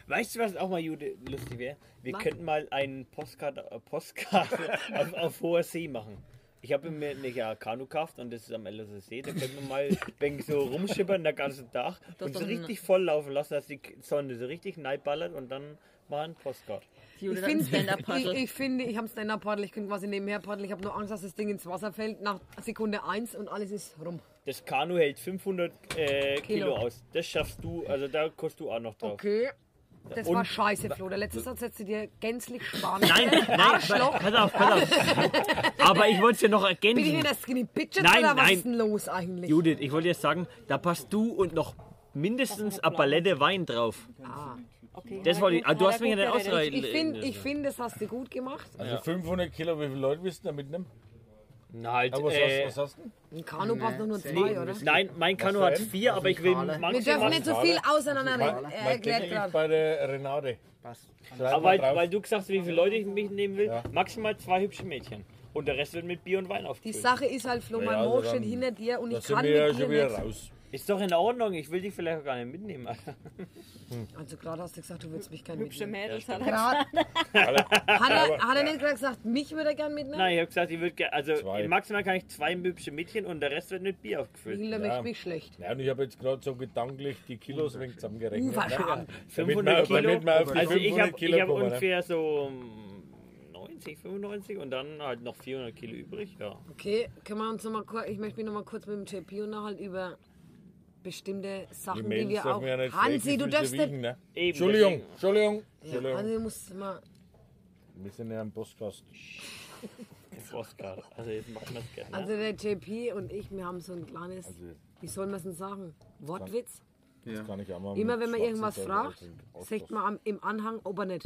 [SPEAKER 6] Weißt du, was auch mal Jude lustig wäre? Wir
[SPEAKER 3] Was?
[SPEAKER 6] könnten mal einen Postcard, äh, Postcard <laughs> auf, auf hoher See machen. Ich habe mir eine ja, Kanu gekauft und das ist am Ellerser See. Da könnten
[SPEAKER 4] <laughs>
[SPEAKER 6] wir mal wenn so rumschippern den ganzen Tag und
[SPEAKER 4] doch
[SPEAKER 6] so
[SPEAKER 4] ein-
[SPEAKER 6] richtig voll laufen lassen, dass die Sonne so richtig neiballert und dann mal einen Postcard.
[SPEAKER 4] Judith
[SPEAKER 3] Ich,
[SPEAKER 4] hat einen
[SPEAKER 3] find's- ich,
[SPEAKER 4] Stand-Up-Paddle.
[SPEAKER 3] ich finde, ich habe einen Stand-Up-Paddle. Ich könnte quasi nebenher paddeln. Ich habe nur Angst, dass das Ding ins Wasser fällt nach Sekunde 1 und alles ist rum.
[SPEAKER 6] Das Kanu hält 500 äh, Kilo.
[SPEAKER 3] Kilo
[SPEAKER 6] aus. Das schaffst du, also da kommst du auch noch drauf.
[SPEAKER 3] Okay. Das war scheiße, Flo. Der letzte Satz hättest du dir gänzlich sparen Äh. Nein, <laughs>
[SPEAKER 6] Arschloch. Pass auf, pass auf. Aber ich wollte es ja noch
[SPEAKER 3] Bin ich
[SPEAKER 6] ergänzen.
[SPEAKER 3] in der Skinny Bitches
[SPEAKER 6] Nein,
[SPEAKER 3] oder was
[SPEAKER 6] nein.
[SPEAKER 3] ist denn los eigentlich?
[SPEAKER 6] Judith, ich wollte jetzt sagen, da passt du und noch mindestens
[SPEAKER 4] Das ist
[SPEAKER 6] eine
[SPEAKER 4] eine
[SPEAKER 6] Palette Wein drauf.
[SPEAKER 4] Okay.
[SPEAKER 6] Das wollte ich. Ah, du hast mich ja nicht äh, ausreichen
[SPEAKER 3] Ich finde,
[SPEAKER 6] lassen.
[SPEAKER 3] ich find, das hast du gut gemacht.
[SPEAKER 5] Also 500 Kilo, wie viele Leute willst du da mitnehmen?
[SPEAKER 6] Na, halt,
[SPEAKER 5] Aber was,
[SPEAKER 6] äh,
[SPEAKER 5] hast, was hast du denn?
[SPEAKER 3] Ein Kanu passt doch nur zwei, oder?
[SPEAKER 6] Nein, mein Kanu hat
[SPEAKER 5] denn?
[SPEAKER 6] vier, aber ich will
[SPEAKER 3] Wir dürfen
[SPEAKER 6] maximal.
[SPEAKER 3] nicht so viel auseinander
[SPEAKER 5] Mein,
[SPEAKER 3] äh,
[SPEAKER 5] mein
[SPEAKER 3] erklärt
[SPEAKER 5] Deckel liegt
[SPEAKER 3] gerade.
[SPEAKER 5] bei der Renate. Passt.
[SPEAKER 6] Aber weil, weil du gesagt hast, wie viele Leute ich mitnehmen will, maximal zwei hübsche Mädchen. Und der Rest wird mit Bier und Wein
[SPEAKER 3] Die
[SPEAKER 6] aufgefüllt.
[SPEAKER 3] Sache ist halt, Flo, mein
[SPEAKER 5] Ja, also
[SPEAKER 3] Mo
[SPEAKER 5] dann-
[SPEAKER 3] steht hinter dir und
[SPEAKER 5] Da
[SPEAKER 3] ich
[SPEAKER 5] sind
[SPEAKER 3] kann
[SPEAKER 5] wir ja
[SPEAKER 3] mit
[SPEAKER 5] schon
[SPEAKER 3] dir
[SPEAKER 5] wieder
[SPEAKER 3] nicht.
[SPEAKER 5] raus.
[SPEAKER 6] Ist doch in Ordnung, ich will die vielleicht auch gar nicht mitnehmen. Alter.
[SPEAKER 3] Also gerade hast du gesagt, du willst mich gerne
[SPEAKER 4] Hübsche
[SPEAKER 3] mitnehmen.
[SPEAKER 4] Mädels hat er
[SPEAKER 3] Grad, hat, er, hat er nicht gerade gesagt, mich würde er gerne mitnehmen?
[SPEAKER 6] Nein, ich habe gesagt, ich würde gerne, also
[SPEAKER 5] Zwei.
[SPEAKER 6] maximal kann ich zwei hübsche Mädchen und der Rest wird mit Bier aufgefüllt.
[SPEAKER 3] Will er
[SPEAKER 5] Ja.
[SPEAKER 3] mich, mich schlecht.
[SPEAKER 5] Ja, und ich habe jetzt gerade so gedanklich die Kilos ein wenig zusammengerechnet.
[SPEAKER 3] <laughs>
[SPEAKER 5] ne?
[SPEAKER 3] Unverschämt.
[SPEAKER 5] Damit wir-
[SPEAKER 6] 500 Kilo.
[SPEAKER 5] damit wir auf die
[SPEAKER 6] also ich
[SPEAKER 5] 500
[SPEAKER 6] habe
[SPEAKER 5] Kilo
[SPEAKER 6] ich hab
[SPEAKER 5] kommen, ne?
[SPEAKER 6] ungefähr so mm, 90, 95 und dann halt noch 400 Kilo übrig. Ja.
[SPEAKER 3] Okay, können wir uns noch mal kurz, ich möchte mich noch mal kurz mit dem JP unterhalten über bestimmte
[SPEAKER 5] Die
[SPEAKER 3] Sachen, die,
[SPEAKER 5] Mädels
[SPEAKER 3] wir
[SPEAKER 5] dürfen
[SPEAKER 3] auch...
[SPEAKER 5] ja nicht
[SPEAKER 3] Hansi,
[SPEAKER 5] fragen,
[SPEAKER 3] du
[SPEAKER 5] wie viel
[SPEAKER 3] darfst
[SPEAKER 5] sie
[SPEAKER 3] nicht...
[SPEAKER 5] wiegen, ne?
[SPEAKER 6] Eben,
[SPEAKER 5] Entschuldigung,
[SPEAKER 6] deswegen.
[SPEAKER 5] Entschuldigung,
[SPEAKER 3] Ja,
[SPEAKER 5] Entschuldigung.
[SPEAKER 3] Hansi, du musst mal...
[SPEAKER 5] wir sind ja im Postkast.
[SPEAKER 6] Das war's gerade. Also jetzt machen wir es gerne.
[SPEAKER 3] Also der JP und ich, wir haben so ein kleines...
[SPEAKER 5] Also
[SPEAKER 3] Wie soll man es denn sagen? Wortwitz?
[SPEAKER 5] Das kann ich auch mal
[SPEAKER 3] Immer
[SPEAKER 5] mit
[SPEAKER 3] wenn man
[SPEAKER 5] schwarzen
[SPEAKER 3] irgendwas
[SPEAKER 5] Teil
[SPEAKER 3] fragt,
[SPEAKER 5] ausdrucken.
[SPEAKER 3] sagt man am, im Anhang, ob er nicht.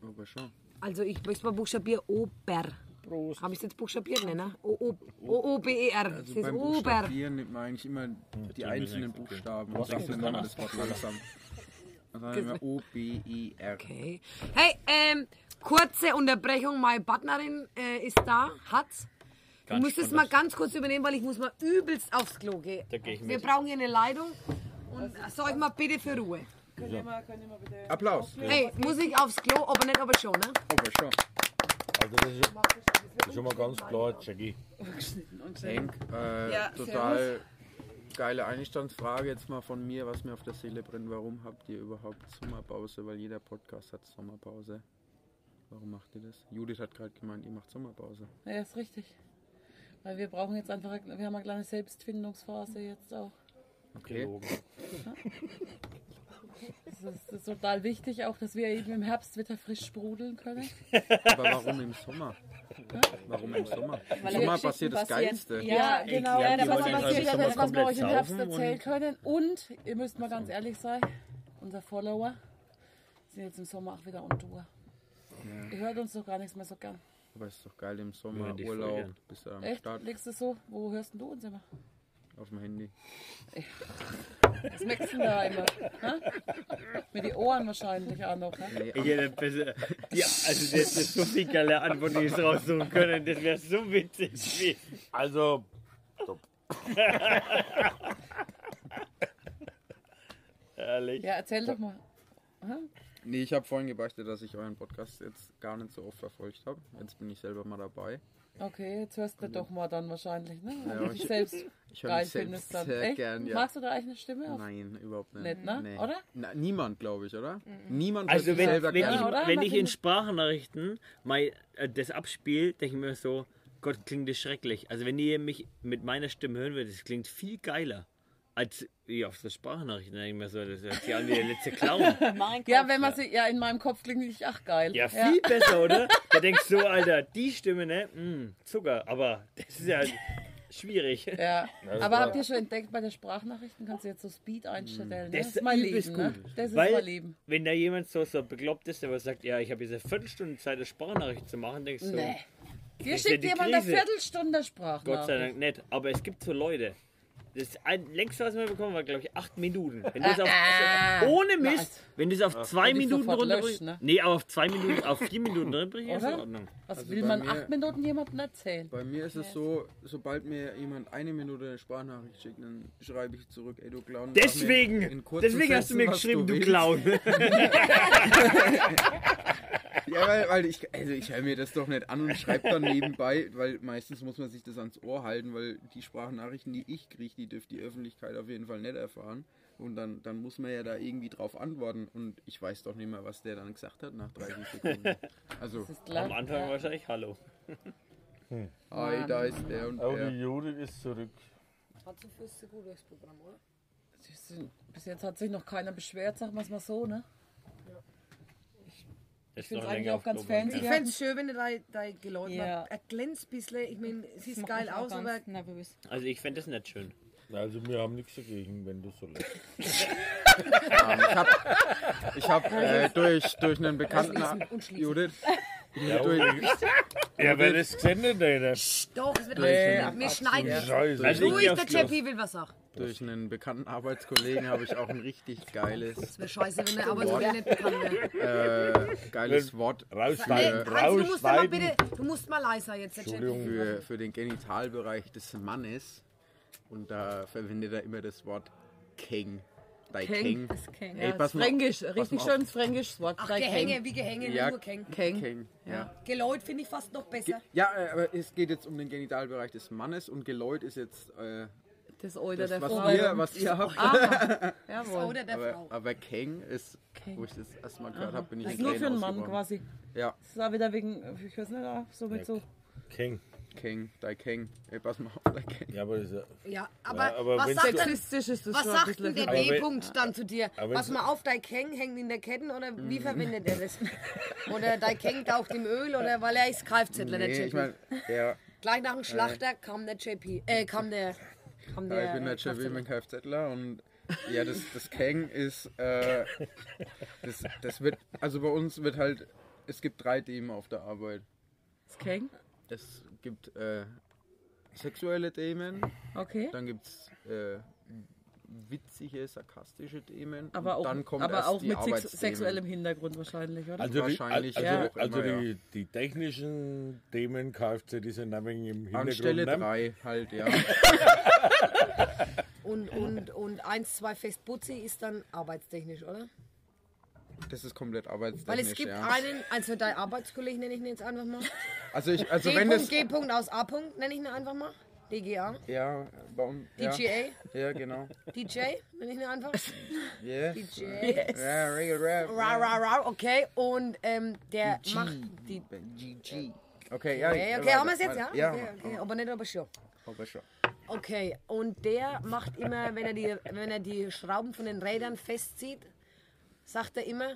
[SPEAKER 7] Aber schon.
[SPEAKER 3] Also ich möchte mal buchstabieren, Ober. Habe ich es jetzt buchstabiert, ne, ne? O- O- O-O-B-E-R. Also
[SPEAKER 7] Beim
[SPEAKER 3] Ober.
[SPEAKER 7] Buchstabieren nimmt man eigentlich immer die einzelnen Buchstaben und sagt dann immer das <laughs> Wort langsam. Also immer O, B, E, R.
[SPEAKER 3] Okay. Hey, ähm, kurze Unterbrechung. Meine Partnerin äh, ist da, hat. Du
[SPEAKER 6] Ganz
[SPEAKER 3] musst es mal
[SPEAKER 6] spannend.
[SPEAKER 3] ganz kurz übernehmen, weil ich muss mal übelst aufs Klo gehen.
[SPEAKER 6] Da geh ich
[SPEAKER 3] Wir
[SPEAKER 6] mit.
[SPEAKER 3] brauchen hier eine Leitung. Und sorg mal bitte für Ruhe.
[SPEAKER 7] Applaus.
[SPEAKER 3] Hey, muss ich aufs Klo? Aber nicht, aber schon, ne?
[SPEAKER 7] Aber schon.
[SPEAKER 5] Also das ist, schon- das ist schon mal ganz klar, Jackie.
[SPEAKER 7] Hank, äh,
[SPEAKER 4] Ja,
[SPEAKER 7] total geile Einstandsfrage jetzt mal von mir, was mir auf der Seele brennt. Warum habt ihr überhaupt Sommerpause? Weil jeder Podcast hat Sommerpause. Warum macht ihr das? Judith hat gerade gemeint, ihr macht Sommerpause.
[SPEAKER 10] Ja, ist richtig. Weil wir brauchen jetzt einfach, wir haben eine kleine Selbstfindungsphase jetzt auch.
[SPEAKER 7] Okay.
[SPEAKER 10] Es ist, ist total wichtig auch, dass wir eben im Herbst wieder frisch sprudeln können.
[SPEAKER 7] Aber warum im Sommer? Warum im Sommer? Im Sommer
[SPEAKER 4] Geschichten
[SPEAKER 7] passiert das
[SPEAKER 4] passieren.
[SPEAKER 7] Geilste.
[SPEAKER 10] Ja, genau. Ja, da
[SPEAKER 6] die
[SPEAKER 10] was
[SPEAKER 6] wollen
[SPEAKER 10] was
[SPEAKER 6] also
[SPEAKER 10] wir
[SPEAKER 6] schon was
[SPEAKER 10] was wir euch im
[SPEAKER 6] komplett
[SPEAKER 10] Herbst
[SPEAKER 6] saufen
[SPEAKER 10] erzählen können. Und ihr müsst mal ganz ehrlich sein, unser Follower sind jetzt im Sommer auch wieder on Tour. Ihr hört uns doch gar nichts mehr so gern.
[SPEAKER 7] Aber ist doch geil im Sommer,
[SPEAKER 6] Würden die
[SPEAKER 7] Urlaub,
[SPEAKER 6] folgern.
[SPEAKER 7] bist du am
[SPEAKER 10] Echt?
[SPEAKER 7] Start
[SPEAKER 10] Legst du so? Wo hörst denn du uns immer?
[SPEAKER 7] auf dem Handy.
[SPEAKER 10] Was merkst du denn da immer? Ha? Mit den Ohren wahrscheinlich auch noch. Ne?
[SPEAKER 7] Ey,
[SPEAKER 6] Ich hätte besser. Ja, also das ist so viel geile Antwort, die ich raussuchen können. Das wäre so witzig. Wie,
[SPEAKER 5] Also,
[SPEAKER 6] <laughs> ehrlich.
[SPEAKER 10] Ja, erzähl doch mal.
[SPEAKER 7] Nee, ich habe vorhin gebeichtet, dass ich euren Podcast jetzt gar nicht so oft verfolgt habe. Jetzt bin ich selber mal dabei.
[SPEAKER 10] Okay, jetzt hörst du doch mal dann wahrscheinlich, ne?
[SPEAKER 7] Ja,
[SPEAKER 10] Wenn du dich
[SPEAKER 7] ich-
[SPEAKER 10] selbst
[SPEAKER 7] Ich höre
[SPEAKER 10] geil
[SPEAKER 7] mich selbst
[SPEAKER 10] findest dann.
[SPEAKER 7] sehr
[SPEAKER 10] Echt?
[SPEAKER 7] gern, ja.
[SPEAKER 10] Magst du deine eigene Stimme? Auf?
[SPEAKER 7] Nein, überhaupt nicht.
[SPEAKER 10] Nicht, ne? Oder? Mhm.
[SPEAKER 7] Na, niemand, glaube ich, oder? Niemand hört
[SPEAKER 6] Also
[SPEAKER 7] sich
[SPEAKER 6] wenn,
[SPEAKER 7] selber
[SPEAKER 6] wenn,
[SPEAKER 7] gern.
[SPEAKER 10] Ja, oder?
[SPEAKER 6] ich, wenn ich in
[SPEAKER 10] Martin?
[SPEAKER 6] Sprachnachrichten mein, äh, das abspiele, denke ich mir so, Gott, klingt das schrecklich. Also wenn ihr mich mit meiner Stimme hören würdet, das klingt viel geiler. Als ja, auf der Sprachnachrichten denke ich mir so, das ist ja wie der letzte Clown.
[SPEAKER 10] <laughs> Ja, wenn man sie, ja, in meinem Kopf klingt ich, ach geil.
[SPEAKER 6] Ja, viel besser, oder? Da denkst du, Alter, die Stimme, ne? Mm, Zucker, aber das ist ja halt schwierig.
[SPEAKER 10] Ja. Aber habt ihr schon entdeckt, bei den Sprachnachrichten kannst du jetzt so Speed einstellen. Ne?
[SPEAKER 6] Das
[SPEAKER 10] Das ist mein
[SPEAKER 6] ist übelst
[SPEAKER 10] Leben. Ne?
[SPEAKER 6] gut.
[SPEAKER 10] Das ist
[SPEAKER 6] Weil-
[SPEAKER 10] mein Leben.
[SPEAKER 6] Wenn da jemand so, so bekloppt ist, der sagt, ja, ich habe jetzt eine Viertelstunde Zeit, eine Sprachnachricht zu machen, denkst du,
[SPEAKER 10] Nee. Dir
[SPEAKER 6] ist ja
[SPEAKER 10] schickt
[SPEAKER 6] die
[SPEAKER 10] jemand eine
[SPEAKER 6] Krise.
[SPEAKER 10] Viertelstunde
[SPEAKER 6] Gott sei
[SPEAKER 10] Sprachnachricht.
[SPEAKER 6] Dank nicht. Aber es gibt so Leute. Das ein, längste, was wir bekommen, war, glaube ich, acht Minuten. Wenn das auf,
[SPEAKER 10] Ah,
[SPEAKER 6] ohne Mist, wenn das auf zwei
[SPEAKER 10] Würde ich
[SPEAKER 6] Minuten
[SPEAKER 10] also, sofort
[SPEAKER 6] runterbringst.
[SPEAKER 10] löschen, ne?
[SPEAKER 6] Nee, aber auf zwei Minuten, auf vier Minuten
[SPEAKER 10] <laughs>
[SPEAKER 6] runterbringst, ist in
[SPEAKER 10] Oder?
[SPEAKER 6] Ordnung.
[SPEAKER 10] Was
[SPEAKER 7] Also
[SPEAKER 10] will
[SPEAKER 7] bei
[SPEAKER 10] man
[SPEAKER 7] mir-
[SPEAKER 10] acht Minuten jemandem erzählen?
[SPEAKER 7] Bei mir ist es so, sobald mir jemand eine Minute eine Sprachnachricht schickt, dann schreibe ich zurück, ey du Clown. sag mir
[SPEAKER 6] Deswegen,
[SPEAKER 7] in kurzen
[SPEAKER 6] deswegen hast du
[SPEAKER 7] Sätzen,
[SPEAKER 6] mir
[SPEAKER 7] was
[SPEAKER 6] geschrieben, du
[SPEAKER 7] willst.
[SPEAKER 6] Clown.
[SPEAKER 7] <laughs>
[SPEAKER 10] <laughs>
[SPEAKER 7] Ja, weil, weil ich, also ich höre mir das doch nicht an und schreibe dann nebenbei, weil meistens muss man sich das ans Ohr halten, weil die Sprachnachrichten, die ich kriege, die dürfte die Öffentlichkeit auf jeden Fall nicht erfahren. Und dann, dann muss man ja da irgendwie drauf antworten. Und ich weiß doch nicht mehr, was der dann gesagt hat nach 30
[SPEAKER 10] <laughs>
[SPEAKER 7] Sekunden. Also,
[SPEAKER 10] Das ist
[SPEAKER 6] Am
[SPEAKER 10] klar.
[SPEAKER 6] Anfang wahrscheinlich Hallo.
[SPEAKER 7] hi, da ist der und
[SPEAKER 5] oh,
[SPEAKER 7] der.
[SPEAKER 5] die Judith ist zurück.
[SPEAKER 3] Hat so fürs gut durchs Programm, oder?
[SPEAKER 10] Sie sind- Bis jetzt hat sich noch keiner beschwert, sagen wir es mal so, ne?
[SPEAKER 6] Ich
[SPEAKER 10] find's eigentlich auch ganz fancy.
[SPEAKER 3] Ich
[SPEAKER 10] Ja.
[SPEAKER 3] fände es schön, wenn du dein, dein Geläut
[SPEAKER 10] Ja.
[SPEAKER 3] mal- er glänzt ein bisschen. Ich meine,
[SPEAKER 4] Das
[SPEAKER 3] sieht
[SPEAKER 4] macht
[SPEAKER 3] geil
[SPEAKER 4] mich auch
[SPEAKER 3] aus,
[SPEAKER 4] ganz
[SPEAKER 3] aber
[SPEAKER 4] nervös.
[SPEAKER 6] Also ich fände das nicht schön.
[SPEAKER 5] Also wir haben nichts dagegen, wenn du so lässt.
[SPEAKER 7] Ähm, ich habe ich
[SPEAKER 3] <laughs> Also,
[SPEAKER 7] hab, äh, durch, durch einen Bekannten.
[SPEAKER 3] Schließen und schließen.
[SPEAKER 7] Judith.
[SPEAKER 5] Ja,
[SPEAKER 7] durch,
[SPEAKER 5] okay. Ja, wer das gesendet hat.
[SPEAKER 3] Doch, es wird
[SPEAKER 7] Nee,
[SPEAKER 3] abgeschnitten. Wir
[SPEAKER 7] ab-
[SPEAKER 3] schneiden.
[SPEAKER 5] Scheiße.
[SPEAKER 7] Also
[SPEAKER 3] Du,
[SPEAKER 7] ich
[SPEAKER 3] ich
[SPEAKER 7] geh
[SPEAKER 3] der
[SPEAKER 7] aufs
[SPEAKER 3] Chappy will was sagen.
[SPEAKER 7] durch einen bekannten Arbeitskollegen habe ich auch ein richtig geiles,
[SPEAKER 3] Es wäre scheiße, wenn er aber so nicht bekannt wäre.
[SPEAKER 7] äh, geiles Wort
[SPEAKER 5] Rausschneiden,
[SPEAKER 3] Ey, Hans, du musst mal
[SPEAKER 5] rausschneiden.
[SPEAKER 3] bitte, du musst mal leiser jetzt, der Chappy.
[SPEAKER 5] Entschuldigung.
[SPEAKER 7] für, für den Genitalbereich des Mannes. Und da verwendet er immer das Wort King. Dein King.
[SPEAKER 11] King.
[SPEAKER 7] Ey, pass mal-
[SPEAKER 10] Fränkisch,
[SPEAKER 7] pass
[SPEAKER 10] richtig
[SPEAKER 7] mal auf.
[SPEAKER 10] schönes fränkisches Wort.
[SPEAKER 3] Ach,
[SPEAKER 10] Drei
[SPEAKER 3] Gehänge, wie Gehänge,
[SPEAKER 7] Ja,
[SPEAKER 3] nur Gehänge.
[SPEAKER 10] Keng. Keng.
[SPEAKER 7] King, ja.
[SPEAKER 3] Geläut finde ich fast noch besser.
[SPEAKER 7] Ja, äh, aber es geht jetzt um den Genitalbereich des Mannes und Geläut ist jetzt äh,
[SPEAKER 10] Das Oder
[SPEAKER 7] das,
[SPEAKER 10] der
[SPEAKER 7] was,
[SPEAKER 10] Frau.
[SPEAKER 7] ihr, was ihr habt.
[SPEAKER 3] Ah,
[SPEAKER 10] Jawohl.
[SPEAKER 3] Oder der
[SPEAKER 7] Aber,
[SPEAKER 3] Frau.
[SPEAKER 7] aber King ist,
[SPEAKER 10] Keng.
[SPEAKER 7] wo ich das erstmal gehört habe, bin ich eh
[SPEAKER 10] Das ist
[SPEAKER 7] in
[SPEAKER 10] nur für
[SPEAKER 7] Tränen
[SPEAKER 10] einen Mann
[SPEAKER 7] ausgebrochen.
[SPEAKER 10] quasi.
[SPEAKER 7] Ja,
[SPEAKER 10] Das ist auch wieder wegen, ich weiß nicht, auch so mit so.
[SPEAKER 5] King.
[SPEAKER 7] King, dein King. Ey, pass mal auf, dein King.
[SPEAKER 5] Ja, aber das ist ja...
[SPEAKER 3] Ja,
[SPEAKER 5] Ja,
[SPEAKER 3] aber,
[SPEAKER 5] aber
[SPEAKER 3] was
[SPEAKER 5] wenn's
[SPEAKER 3] sagt
[SPEAKER 5] du-
[SPEAKER 3] denn,
[SPEAKER 10] Sexistisch ist das
[SPEAKER 3] was
[SPEAKER 10] schon ein
[SPEAKER 3] sagt denn
[SPEAKER 10] bisschen.
[SPEAKER 3] der
[SPEAKER 5] Aber wenn-
[SPEAKER 3] B-Punkt dann zu dir?
[SPEAKER 5] Aber
[SPEAKER 3] Pass
[SPEAKER 5] wenn's-
[SPEAKER 3] mal auf, dein Keng hängt in der Ketten oder
[SPEAKER 7] Mhm.
[SPEAKER 3] wie verwendet er das? Oder dein Keng taucht im Öl oder weil er ist Greifzettler, der
[SPEAKER 7] Nee,
[SPEAKER 3] Chappy.
[SPEAKER 7] ich Äh. meine, ja,
[SPEAKER 3] Gleich nach dem Schlachter kam der Chappy, äh, kam der, kam der,
[SPEAKER 7] ich bin der Chevy mit Kfzler und ja, das, das Kang ist, äh, das, das wird, also bei uns wird halt, es gibt drei Themen auf der Arbeit.
[SPEAKER 10] Das Keng?
[SPEAKER 7] Es gibt äh, sexuelle Themen,
[SPEAKER 10] Okay.
[SPEAKER 7] dann gibt es äh, witzige, sarkastische Themen
[SPEAKER 10] Aber
[SPEAKER 7] und
[SPEAKER 10] auch,
[SPEAKER 7] dann kommt
[SPEAKER 10] aber
[SPEAKER 7] erst
[SPEAKER 10] auch
[SPEAKER 7] die
[SPEAKER 10] mit sex
[SPEAKER 7] Arbeitsthemen.
[SPEAKER 10] sexuellem Hintergrund wahrscheinlich, oder?
[SPEAKER 5] Also, die,
[SPEAKER 7] Wahrscheinlich
[SPEAKER 5] also,
[SPEAKER 7] ja.
[SPEAKER 5] also
[SPEAKER 7] auch immer,
[SPEAKER 5] die, die technischen Themen Kfz die sind ein wenig im Hintergrund.
[SPEAKER 7] Anstelle
[SPEAKER 5] ne?
[SPEAKER 7] drei halt, ja.
[SPEAKER 3] und,
[SPEAKER 7] genau.
[SPEAKER 3] und, und eins, zwei fest Butzi ist dann arbeitstechnisch, oder?
[SPEAKER 7] Das ist komplett arbeitstechnisch,
[SPEAKER 3] Weil es gibt
[SPEAKER 7] ja.
[SPEAKER 3] einen, also dein Arbeitskollegen nenne ich ihn jetzt einfach mal.
[SPEAKER 7] Also, ich, also wenn
[SPEAKER 3] G-Punkt,
[SPEAKER 7] das...
[SPEAKER 3] G-Punkt aus A-Punkt nenne ich ihn einfach mal. DGA,
[SPEAKER 7] Ja, bei uns... Ja,
[SPEAKER 3] DGA,
[SPEAKER 7] ja genau.
[SPEAKER 3] DJ nenne ich ihn
[SPEAKER 7] <laughs>
[SPEAKER 3] einfach.
[SPEAKER 7] Yeah.
[SPEAKER 3] DJ.
[SPEAKER 7] Ja, Regal Rap.
[SPEAKER 3] Ra, ra, ra, okay. Und ähm, der macht die.
[SPEAKER 7] GG. Okay, ja.
[SPEAKER 3] Okay, okay, haben wir es jetzt, ja?
[SPEAKER 7] Ja,
[SPEAKER 3] okay, okay. Aber nicht, aber schon.
[SPEAKER 7] aber schon.
[SPEAKER 3] Okay, und der macht immer, wenn er, die, wenn er die Schrauben von den Rädern festzieht, sagt er immer,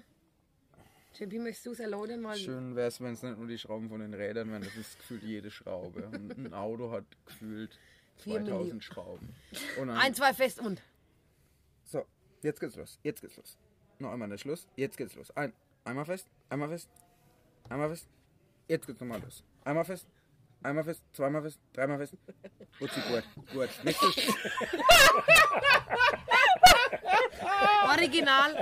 [SPEAKER 3] JP, möchtest du es erläutern? Weil
[SPEAKER 7] Schön wäre es, wenn es nicht nur die Schrauben von den Rädern wären, das ist gefühlt jede Schraube. Und ein Auto hat gefühlt
[SPEAKER 3] Vier Millionen.
[SPEAKER 7] 2000 Schrauben. Und dann,
[SPEAKER 3] Ein, zwei fest und.
[SPEAKER 7] So, jetzt geht's los, jetzt geht's los. Noch einmal der Schluss, jetzt geht's los. Ein, einmal fest, einmal fest, einmal fest. Jetzt geht's nochmal los. Einmal fest, einmal fest, zweimal fest, dreimal fest. Utzi, gut, gut. Nächstes.
[SPEAKER 3] Original.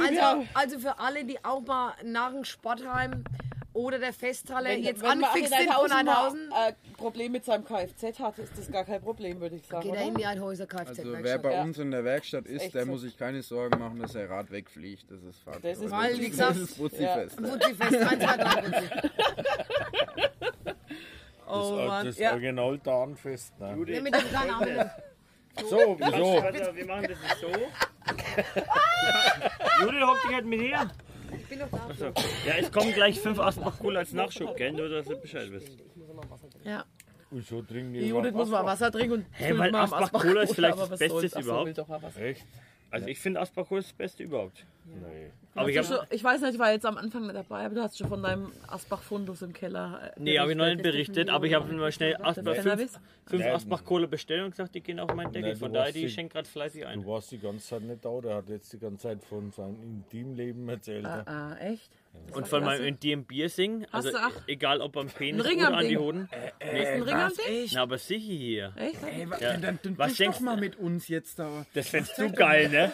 [SPEAKER 3] Also, also für alle, die auch mal nach dem Sportheim oder der Festhalle jetzt
[SPEAKER 10] man
[SPEAKER 3] anfixt sind von
[SPEAKER 10] 1.000 mal,
[SPEAKER 3] 1000,
[SPEAKER 10] äh, Problem mit seinem Kfz hat, ist das gar kein Problem, würde ich sagen.
[SPEAKER 3] geht er in
[SPEAKER 10] oder?
[SPEAKER 3] die Einhäuser Kfz.
[SPEAKER 7] Also
[SPEAKER 3] Werkstatt.
[SPEAKER 7] wer bei
[SPEAKER 10] Ja.
[SPEAKER 7] uns in der Werkstatt
[SPEAKER 10] ist
[SPEAKER 7] ist,
[SPEAKER 10] echt
[SPEAKER 7] der
[SPEAKER 10] so.
[SPEAKER 7] muss sich keine Sorgen machen, dass sein Rad wegfliegt. Das ist Fakt.
[SPEAKER 10] Das ist
[SPEAKER 3] Weil, wie
[SPEAKER 7] das
[SPEAKER 3] gesagt,
[SPEAKER 7] ist Putzifest.
[SPEAKER 3] Butzi fest, eins, zwei, drei, Butzi.
[SPEAKER 10] Oh
[SPEAKER 5] das, äh,
[SPEAKER 10] Mann,
[SPEAKER 5] das
[SPEAKER 10] ja.
[SPEAKER 5] Original Dornfest. Ne?
[SPEAKER 12] Judith,
[SPEAKER 3] Ja, mit dem kleinen Arm.
[SPEAKER 5] So,
[SPEAKER 10] <laughs>
[SPEAKER 5] wieso?
[SPEAKER 12] also, wir machen das jetzt so. Judith, hockt dich halt mit her.
[SPEAKER 3] Ich bin doch da.
[SPEAKER 6] Ja, es kommen gleich fünf Asten noch cool als Nachschub, gell? Nur, dass du Bescheid wisst.
[SPEAKER 10] ja.
[SPEAKER 5] Wieso trinken
[SPEAKER 10] Die
[SPEAKER 5] die
[SPEAKER 10] Judith muss mal Wasser trinken und
[SPEAKER 6] Hey, weil Asbach-Cola ist vielleicht das Beste überhaupt.
[SPEAKER 10] überhaupt.
[SPEAKER 5] Echt?
[SPEAKER 6] Also ich finde Asbach ist das Beste überhaupt.
[SPEAKER 5] Nee.
[SPEAKER 6] Aber ich
[SPEAKER 10] Ich,
[SPEAKER 6] habe
[SPEAKER 10] schon, Also, ich weiß nicht, ich war jetzt am Anfang nicht dabei, aber du hast schon von deinem Asbach-Fundus im Keller. äh,
[SPEAKER 6] nee, hab ich noch nicht
[SPEAKER 10] berichtet.
[SPEAKER 6] berichtet, aber ich habe mal schnell Asbach, fünf,
[SPEAKER 10] Das Cannabis?
[SPEAKER 6] fünf
[SPEAKER 5] Nein.
[SPEAKER 6] Asbach Cola bestellt und gesagt, die gehen auf meinen Deckel.
[SPEAKER 5] Nein, du
[SPEAKER 6] Von daher,
[SPEAKER 5] warst
[SPEAKER 6] die
[SPEAKER 5] die-
[SPEAKER 6] schenken gerade fleißig
[SPEAKER 5] Du
[SPEAKER 6] ein.
[SPEAKER 5] warst die ganze Zeit nicht da, der hat jetzt die ganze Zeit von seinem Intimleben erzählt. ne?
[SPEAKER 10] Ah, echt?
[SPEAKER 6] Und von meinem Indian Bier singen,
[SPEAKER 10] Hast
[SPEAKER 6] also
[SPEAKER 10] du auch-
[SPEAKER 6] egal ob am Penis
[SPEAKER 10] Ring am
[SPEAKER 6] oder an die
[SPEAKER 10] Ding?
[SPEAKER 6] Hoden.
[SPEAKER 10] Ein Ring am Ding?
[SPEAKER 6] Na, aber sicher hier.
[SPEAKER 10] Echt?
[SPEAKER 6] Was denkst du?
[SPEAKER 7] mit uns jetzt da.
[SPEAKER 6] Das fändest du geil, ne?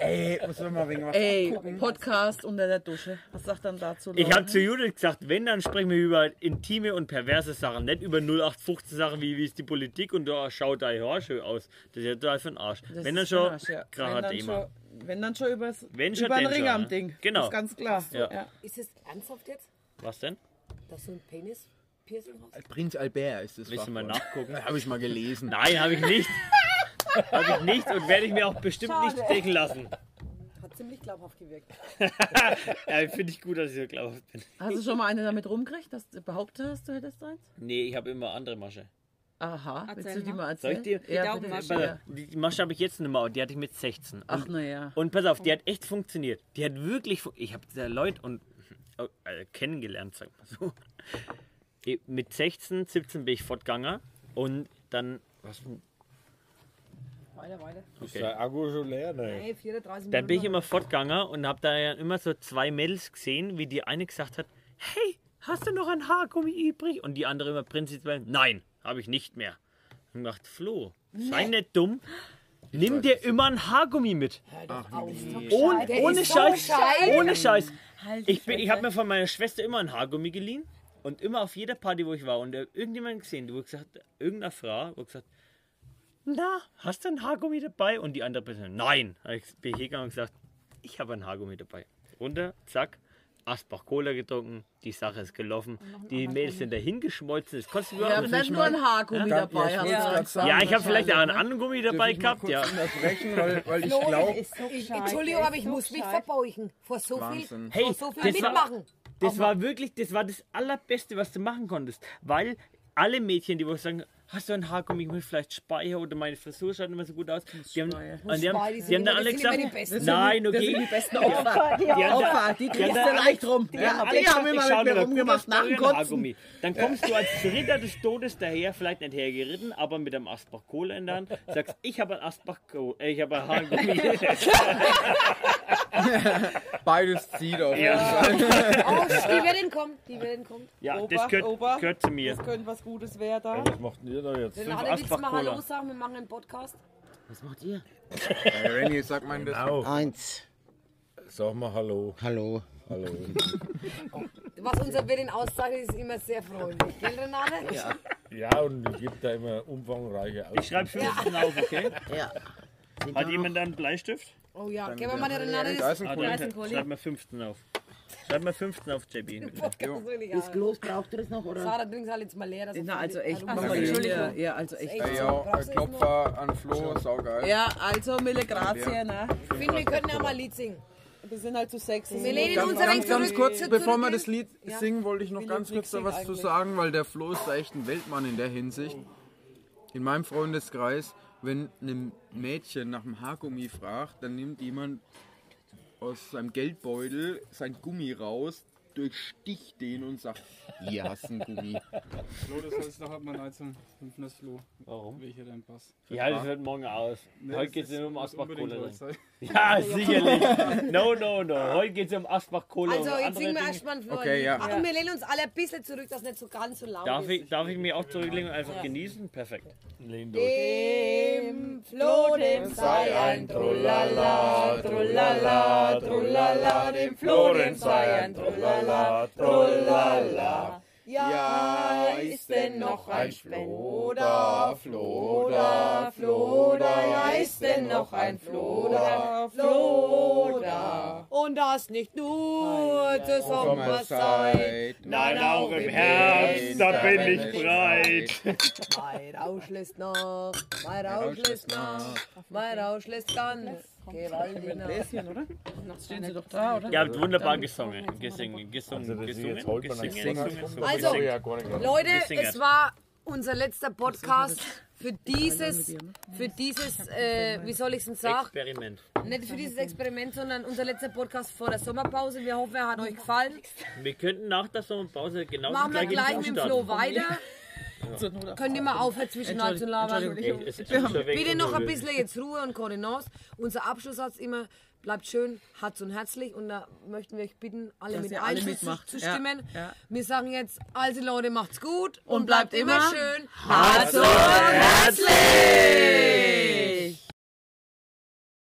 [SPEAKER 7] Ey, muss man mal wegen was.
[SPEAKER 10] Ey, Podcast unter der Dusche. Was sagt dann dazu?
[SPEAKER 6] Ich
[SPEAKER 10] Laura?
[SPEAKER 6] habe zu Judith gesagt, wenn, dann sprechen wir über intime und perverse Sachen, nicht über 0815 Sachen, wie, wie ist die Politik und da schaut dein Haar schön aus. Das ist ja total für den Arsch.
[SPEAKER 10] Das
[SPEAKER 6] wenn dann
[SPEAKER 10] ist
[SPEAKER 6] schon,
[SPEAKER 10] Arsch, ja.
[SPEAKER 6] gerade
[SPEAKER 10] Wenn
[SPEAKER 6] Thema.
[SPEAKER 10] dann schon- Wenn dann schon übers,
[SPEAKER 6] Wenn schon,
[SPEAKER 10] über den
[SPEAKER 6] denn
[SPEAKER 10] Ring
[SPEAKER 6] schon,
[SPEAKER 10] am
[SPEAKER 6] ne?
[SPEAKER 10] Ding.
[SPEAKER 6] Genau.
[SPEAKER 10] Das ist ganz klar.
[SPEAKER 6] Ja.
[SPEAKER 3] Ist es ernsthaft jetzt,
[SPEAKER 6] Was denn?
[SPEAKER 3] dass du ein Penis-Piercing hast?
[SPEAKER 7] Prinz Albert ist das.
[SPEAKER 6] Willst du mal
[SPEAKER 7] Fachwort.
[SPEAKER 6] nachgucken?
[SPEAKER 7] Habe ich mal gelesen.
[SPEAKER 6] Nein, habe ich
[SPEAKER 10] <laughs>
[SPEAKER 6] nicht. habe ich nicht und werde ich mir auch bestimmt nicht stecken lassen. <laughs>
[SPEAKER 3] Hat Äh, ziemlich glaubhaft gewirkt.
[SPEAKER 6] Ja, Finde ich gut, dass ich so glaubhaft bin.
[SPEAKER 10] Hast du schon mal eine damit rumgekriegt, dass du behauptet hast, du hättest eins?
[SPEAKER 6] Nee, ich habe immer andere Masche.
[SPEAKER 10] Aha, willst du
[SPEAKER 11] Erzähl
[SPEAKER 10] die mal
[SPEAKER 6] Soll
[SPEAKER 10] erzählen?
[SPEAKER 6] ich dir-
[SPEAKER 10] Ja,
[SPEAKER 11] Die
[SPEAKER 10] bitte.
[SPEAKER 6] Pass
[SPEAKER 10] Ja.
[SPEAKER 6] auf, Die die Masche habe ich jetzt nicht mehr und die hatte ich mit 16.
[SPEAKER 10] Ach,
[SPEAKER 6] Und-
[SPEAKER 10] naja.
[SPEAKER 6] Und pass auf, die hat echt funktioniert. Die hat wirklich. fun- Ich habe da Leute und äh, kennengelernt, sag mal so. Ich- Mit 16, 17 bin ich fortgegangen und dann. Was?
[SPEAKER 3] Weiter, weiter.
[SPEAKER 5] Ist der Akku schon leer? Ne?
[SPEAKER 3] Nee, 34
[SPEAKER 6] Dann bin ich
[SPEAKER 3] Minuten.
[SPEAKER 6] immer fortgegangen und habe da immer so zwei Mädels gesehen, wie die eine gesagt hat, hey, hast du noch ein Haargummi übrig? Und die andere immer prinzipiell, nein, habe ich nicht mehr. Und macht Flo, sei
[SPEAKER 3] Nee.
[SPEAKER 6] nicht dumm, nimm dir immer ein Haargummi mit.
[SPEAKER 3] Ohne,
[SPEAKER 6] Ohne, ohne Scheiß, ohne Scheiß. Ich, bin- ich habe mir von meiner Schwester immer ein Haargummi geliehen und immer auf jeder Party, wo ich war und äh, irgendjemand gesehen, du gesagt, irgendeiner Frau, wo gesagt, na, hast du ein Haargummi dabei? Und die andere Person, nein. Hab Ich bin hingegangen und gesagt, ich habe ein Haargummi dabei. Runter, zack, Asbach Cola getrunken, die Sache ist gelaufen. Die Mädels sind dahin geschmolzen, es kostet
[SPEAKER 10] Wir haben
[SPEAKER 6] überhaupt
[SPEAKER 10] nicht nur ein Haargummi
[SPEAKER 6] Ja,
[SPEAKER 10] dabei.
[SPEAKER 6] ja, ich
[SPEAKER 10] hast du
[SPEAKER 6] wollte
[SPEAKER 10] gesagt.
[SPEAKER 6] grad sagen, Ja, ich hab vielleicht auch einen
[SPEAKER 3] ne?
[SPEAKER 6] anderen Gummi dabei gehabt, ja.
[SPEAKER 3] Flo, ich- Entschuldigung, aber ich muss mich verbeugen. Vor so viel,
[SPEAKER 6] Hey,
[SPEAKER 3] vor so viel
[SPEAKER 6] das war,
[SPEAKER 3] mitmachen.
[SPEAKER 6] das war wirklich, das war das Allerbeste, was du machen konntest. Weil alle Mädchen, die wohl sagen, hast du ein Haargummi mit vielleicht Speicher oder meine Frisur schaut immer so gut aus. Die haben, und die
[SPEAKER 3] Speier,
[SPEAKER 6] haben,
[SPEAKER 3] die
[SPEAKER 6] die
[SPEAKER 3] sind
[SPEAKER 6] haben
[SPEAKER 3] immer-
[SPEAKER 6] dann alle
[SPEAKER 3] das sind immer
[SPEAKER 6] gesagt,
[SPEAKER 3] die Besten. Das sind
[SPEAKER 6] nein,
[SPEAKER 3] die- das
[SPEAKER 6] okay.
[SPEAKER 3] sind die besten
[SPEAKER 6] Ja.
[SPEAKER 3] Opfer, die
[SPEAKER 6] haben dann-
[SPEAKER 3] Opfer, die
[SPEAKER 6] haben
[SPEAKER 3] drehst
[SPEAKER 6] dann
[SPEAKER 3] du
[SPEAKER 6] alle-
[SPEAKER 3] leicht rum. Die haben-
[SPEAKER 6] alle
[SPEAKER 3] die haben
[SPEAKER 6] gesagt,
[SPEAKER 3] immer
[SPEAKER 6] ich
[SPEAKER 3] mit
[SPEAKER 6] schau
[SPEAKER 3] mir
[SPEAKER 6] dir
[SPEAKER 3] rumgemacht
[SPEAKER 6] gut aus,
[SPEAKER 3] nach dem
[SPEAKER 6] ich hab ein
[SPEAKER 3] Kotzen.
[SPEAKER 6] Haargummi. Dann kommst du als Dritter des Todes daher, vielleicht nicht hergeritten, aber mit einem Asbach Cola in der Hand, sagst, ich habe ein Asbach Cola, äh, ich habe ein Haargummi.
[SPEAKER 3] <laughs>
[SPEAKER 7] Beides zieht auf jeden
[SPEAKER 6] Ja.
[SPEAKER 7] Fall.
[SPEAKER 3] Oh, die werden kommen, die werden kommen.
[SPEAKER 6] Ja,
[SPEAKER 3] Ober,
[SPEAKER 6] das gehört,
[SPEAKER 3] Ober.
[SPEAKER 6] gehört zu mir.
[SPEAKER 3] Das könnte was Gutes werden da.
[SPEAKER 5] was macht denn ihr da jetzt?
[SPEAKER 3] Wenn alle nichts mal Hallo sagen, wir machen einen Podcast.
[SPEAKER 6] Was macht ihr?
[SPEAKER 7] Äh,
[SPEAKER 5] Renny, sag mal das.
[SPEAKER 13] Eins.
[SPEAKER 5] Sag mal Hallo.
[SPEAKER 13] Hallo.
[SPEAKER 5] Hallo.
[SPEAKER 3] Was unser Willen auszeichnet, ist immer sehr freundlich. Gell, Renate?
[SPEAKER 5] Ja, und ich gebe da immer umfangreiche Auskunft.
[SPEAKER 6] Ich schreibe 15 auf, okay?
[SPEAKER 13] Ja.
[SPEAKER 6] Hat jemand da einen Bleistift?
[SPEAKER 3] Oh ja, Dann geben wir mal der Renate
[SPEAKER 6] Da ist ein
[SPEAKER 3] das-
[SPEAKER 6] Kuli.
[SPEAKER 3] da ist ein Kuli.
[SPEAKER 6] Schreib mal 15 auf. Schreib mal 15 auf, JB.
[SPEAKER 3] Ist
[SPEAKER 13] bloß, braucht ihr das noch? Oder?
[SPEAKER 3] Sarah, bring's halt jetzt mal leer. dass
[SPEAKER 10] Na,
[SPEAKER 3] er-
[SPEAKER 10] also echt,
[SPEAKER 3] Hallo.
[SPEAKER 10] Mama, Entschuldigung. Ja, also echt.
[SPEAKER 7] Ey, ja, ein Klopfer an Flo, saugeil.
[SPEAKER 10] Ja, also Mille Grazie, ne?
[SPEAKER 3] Ich finde, wir können ja mal ein Lied singen.
[SPEAKER 10] Wir sind halt zu sexy.
[SPEAKER 3] Wir lehnen
[SPEAKER 7] Ganz,
[SPEAKER 3] unseren
[SPEAKER 7] ganz, ganz
[SPEAKER 3] also zurück-
[SPEAKER 7] kurz,
[SPEAKER 3] zurück-
[SPEAKER 7] bevor wir das Lied
[SPEAKER 3] Ja.
[SPEAKER 7] singen, wollte ich noch
[SPEAKER 3] Will
[SPEAKER 7] ganz
[SPEAKER 3] ich
[SPEAKER 7] kurz da
[SPEAKER 3] nicht
[SPEAKER 7] was
[SPEAKER 3] singen
[SPEAKER 7] zu
[SPEAKER 3] eigentlich.
[SPEAKER 7] sagen, weil der Flo ist da echt ein Weltmann in der Hinsicht. In meinem Freundeskreis, wenn ein Mädchen nach dem Haargummi fragt, dann nimmt jemand aus seinem Geldbeutel sein Gummi raus, durchsticht den und sagt, hier hast du ein Gummi.
[SPEAKER 9] Flo, das heißt, da hat man halt zum 500 Flo.
[SPEAKER 6] Warum?
[SPEAKER 9] Welcher dein Pass?
[SPEAKER 6] Ja, das hört morgen aus.
[SPEAKER 9] Nee,
[SPEAKER 6] Heute
[SPEAKER 9] das
[SPEAKER 6] geht es
[SPEAKER 9] ist-
[SPEAKER 6] nur um
[SPEAKER 9] muss unbedingt
[SPEAKER 6] Asbach-Cola.
[SPEAKER 9] Holz sein.
[SPEAKER 6] Ja, sicherlich. No, no, no. Heute geht es um Asbach-Cola.
[SPEAKER 3] Also,
[SPEAKER 6] und
[SPEAKER 3] jetzt
[SPEAKER 6] andere
[SPEAKER 3] singen wir
[SPEAKER 6] Dinge.
[SPEAKER 3] erstmal einen Florian. Ach, Und wir lehnen uns alle ein bisschen zurück, dass nicht so ganz so laut
[SPEAKER 6] Darf
[SPEAKER 3] ist.
[SPEAKER 6] ich, darf ich mich auch zurücklegen und einfach
[SPEAKER 3] Ja.
[SPEAKER 6] genießen? Perfekt. Lehn
[SPEAKER 3] Dem Flo, dem sei ein
[SPEAKER 6] Trullala, trullala, trullala, dem Flo, dem sei ein Trullala, trullala.
[SPEAKER 3] Ja, ist denn noch ein
[SPEAKER 7] Floda,
[SPEAKER 3] Floda, Floda, ja, ist denn noch ein Floda, Floda. Und das nicht nur zur Sommerzeit,
[SPEAKER 6] Nein, auch im Herbst, da bin ich breit.
[SPEAKER 3] Mein Rausch lässt nach, mein Rausch lässt nach, mein Rausch lässt ganz gewaltig nach.
[SPEAKER 10] Bläschen, oder? Stehen sie doch da, oder?
[SPEAKER 6] Ja, wunderbar gesungen. Gesungen, gesungen, gesungen,
[SPEAKER 5] holt man
[SPEAKER 6] gesungen,
[SPEAKER 5] nicht
[SPEAKER 6] gesungen.
[SPEAKER 5] gesungen.
[SPEAKER 6] gesungen.
[SPEAKER 3] Also, Leute,
[SPEAKER 6] Gesungen.
[SPEAKER 3] es war unser letzter Podcast für dieses,
[SPEAKER 6] ne?
[SPEAKER 3] für dieses, äh, wie soll ich es denn sagen?
[SPEAKER 6] Experiment.
[SPEAKER 3] Nicht für dieses Experiment, sondern unser letzter Podcast vor der Sommerpause. Wir hoffen, er hat euch gefallen.
[SPEAKER 6] Wir könnten nach der Sommerpause genau
[SPEAKER 3] Machen wir
[SPEAKER 6] das gleiche
[SPEAKER 3] gleich mit dem Flo weiter.
[SPEAKER 6] starten. Ja.
[SPEAKER 3] Könnt ihr mal aufhören, zwischen zu labern?
[SPEAKER 6] Entschuldigung. Es ist schon weg.
[SPEAKER 3] Bitte noch ein bisschen jetzt Ruhe und Koordinance. Unser Abschlusssatz immer, bleibt schön, Herz und herzlich. Und da möchten wir euch bitten, alle
[SPEAKER 10] Dass
[SPEAKER 3] mit
[SPEAKER 10] ihr alle
[SPEAKER 3] Einschluss
[SPEAKER 10] mitmacht.
[SPEAKER 3] zu
[SPEAKER 10] Ja,
[SPEAKER 3] stimmen.
[SPEAKER 10] ja.
[SPEAKER 3] Wir sagen jetzt, also Leute, macht's gut
[SPEAKER 10] Und bleibt immer
[SPEAKER 3] schön
[SPEAKER 10] Herz und herzlich!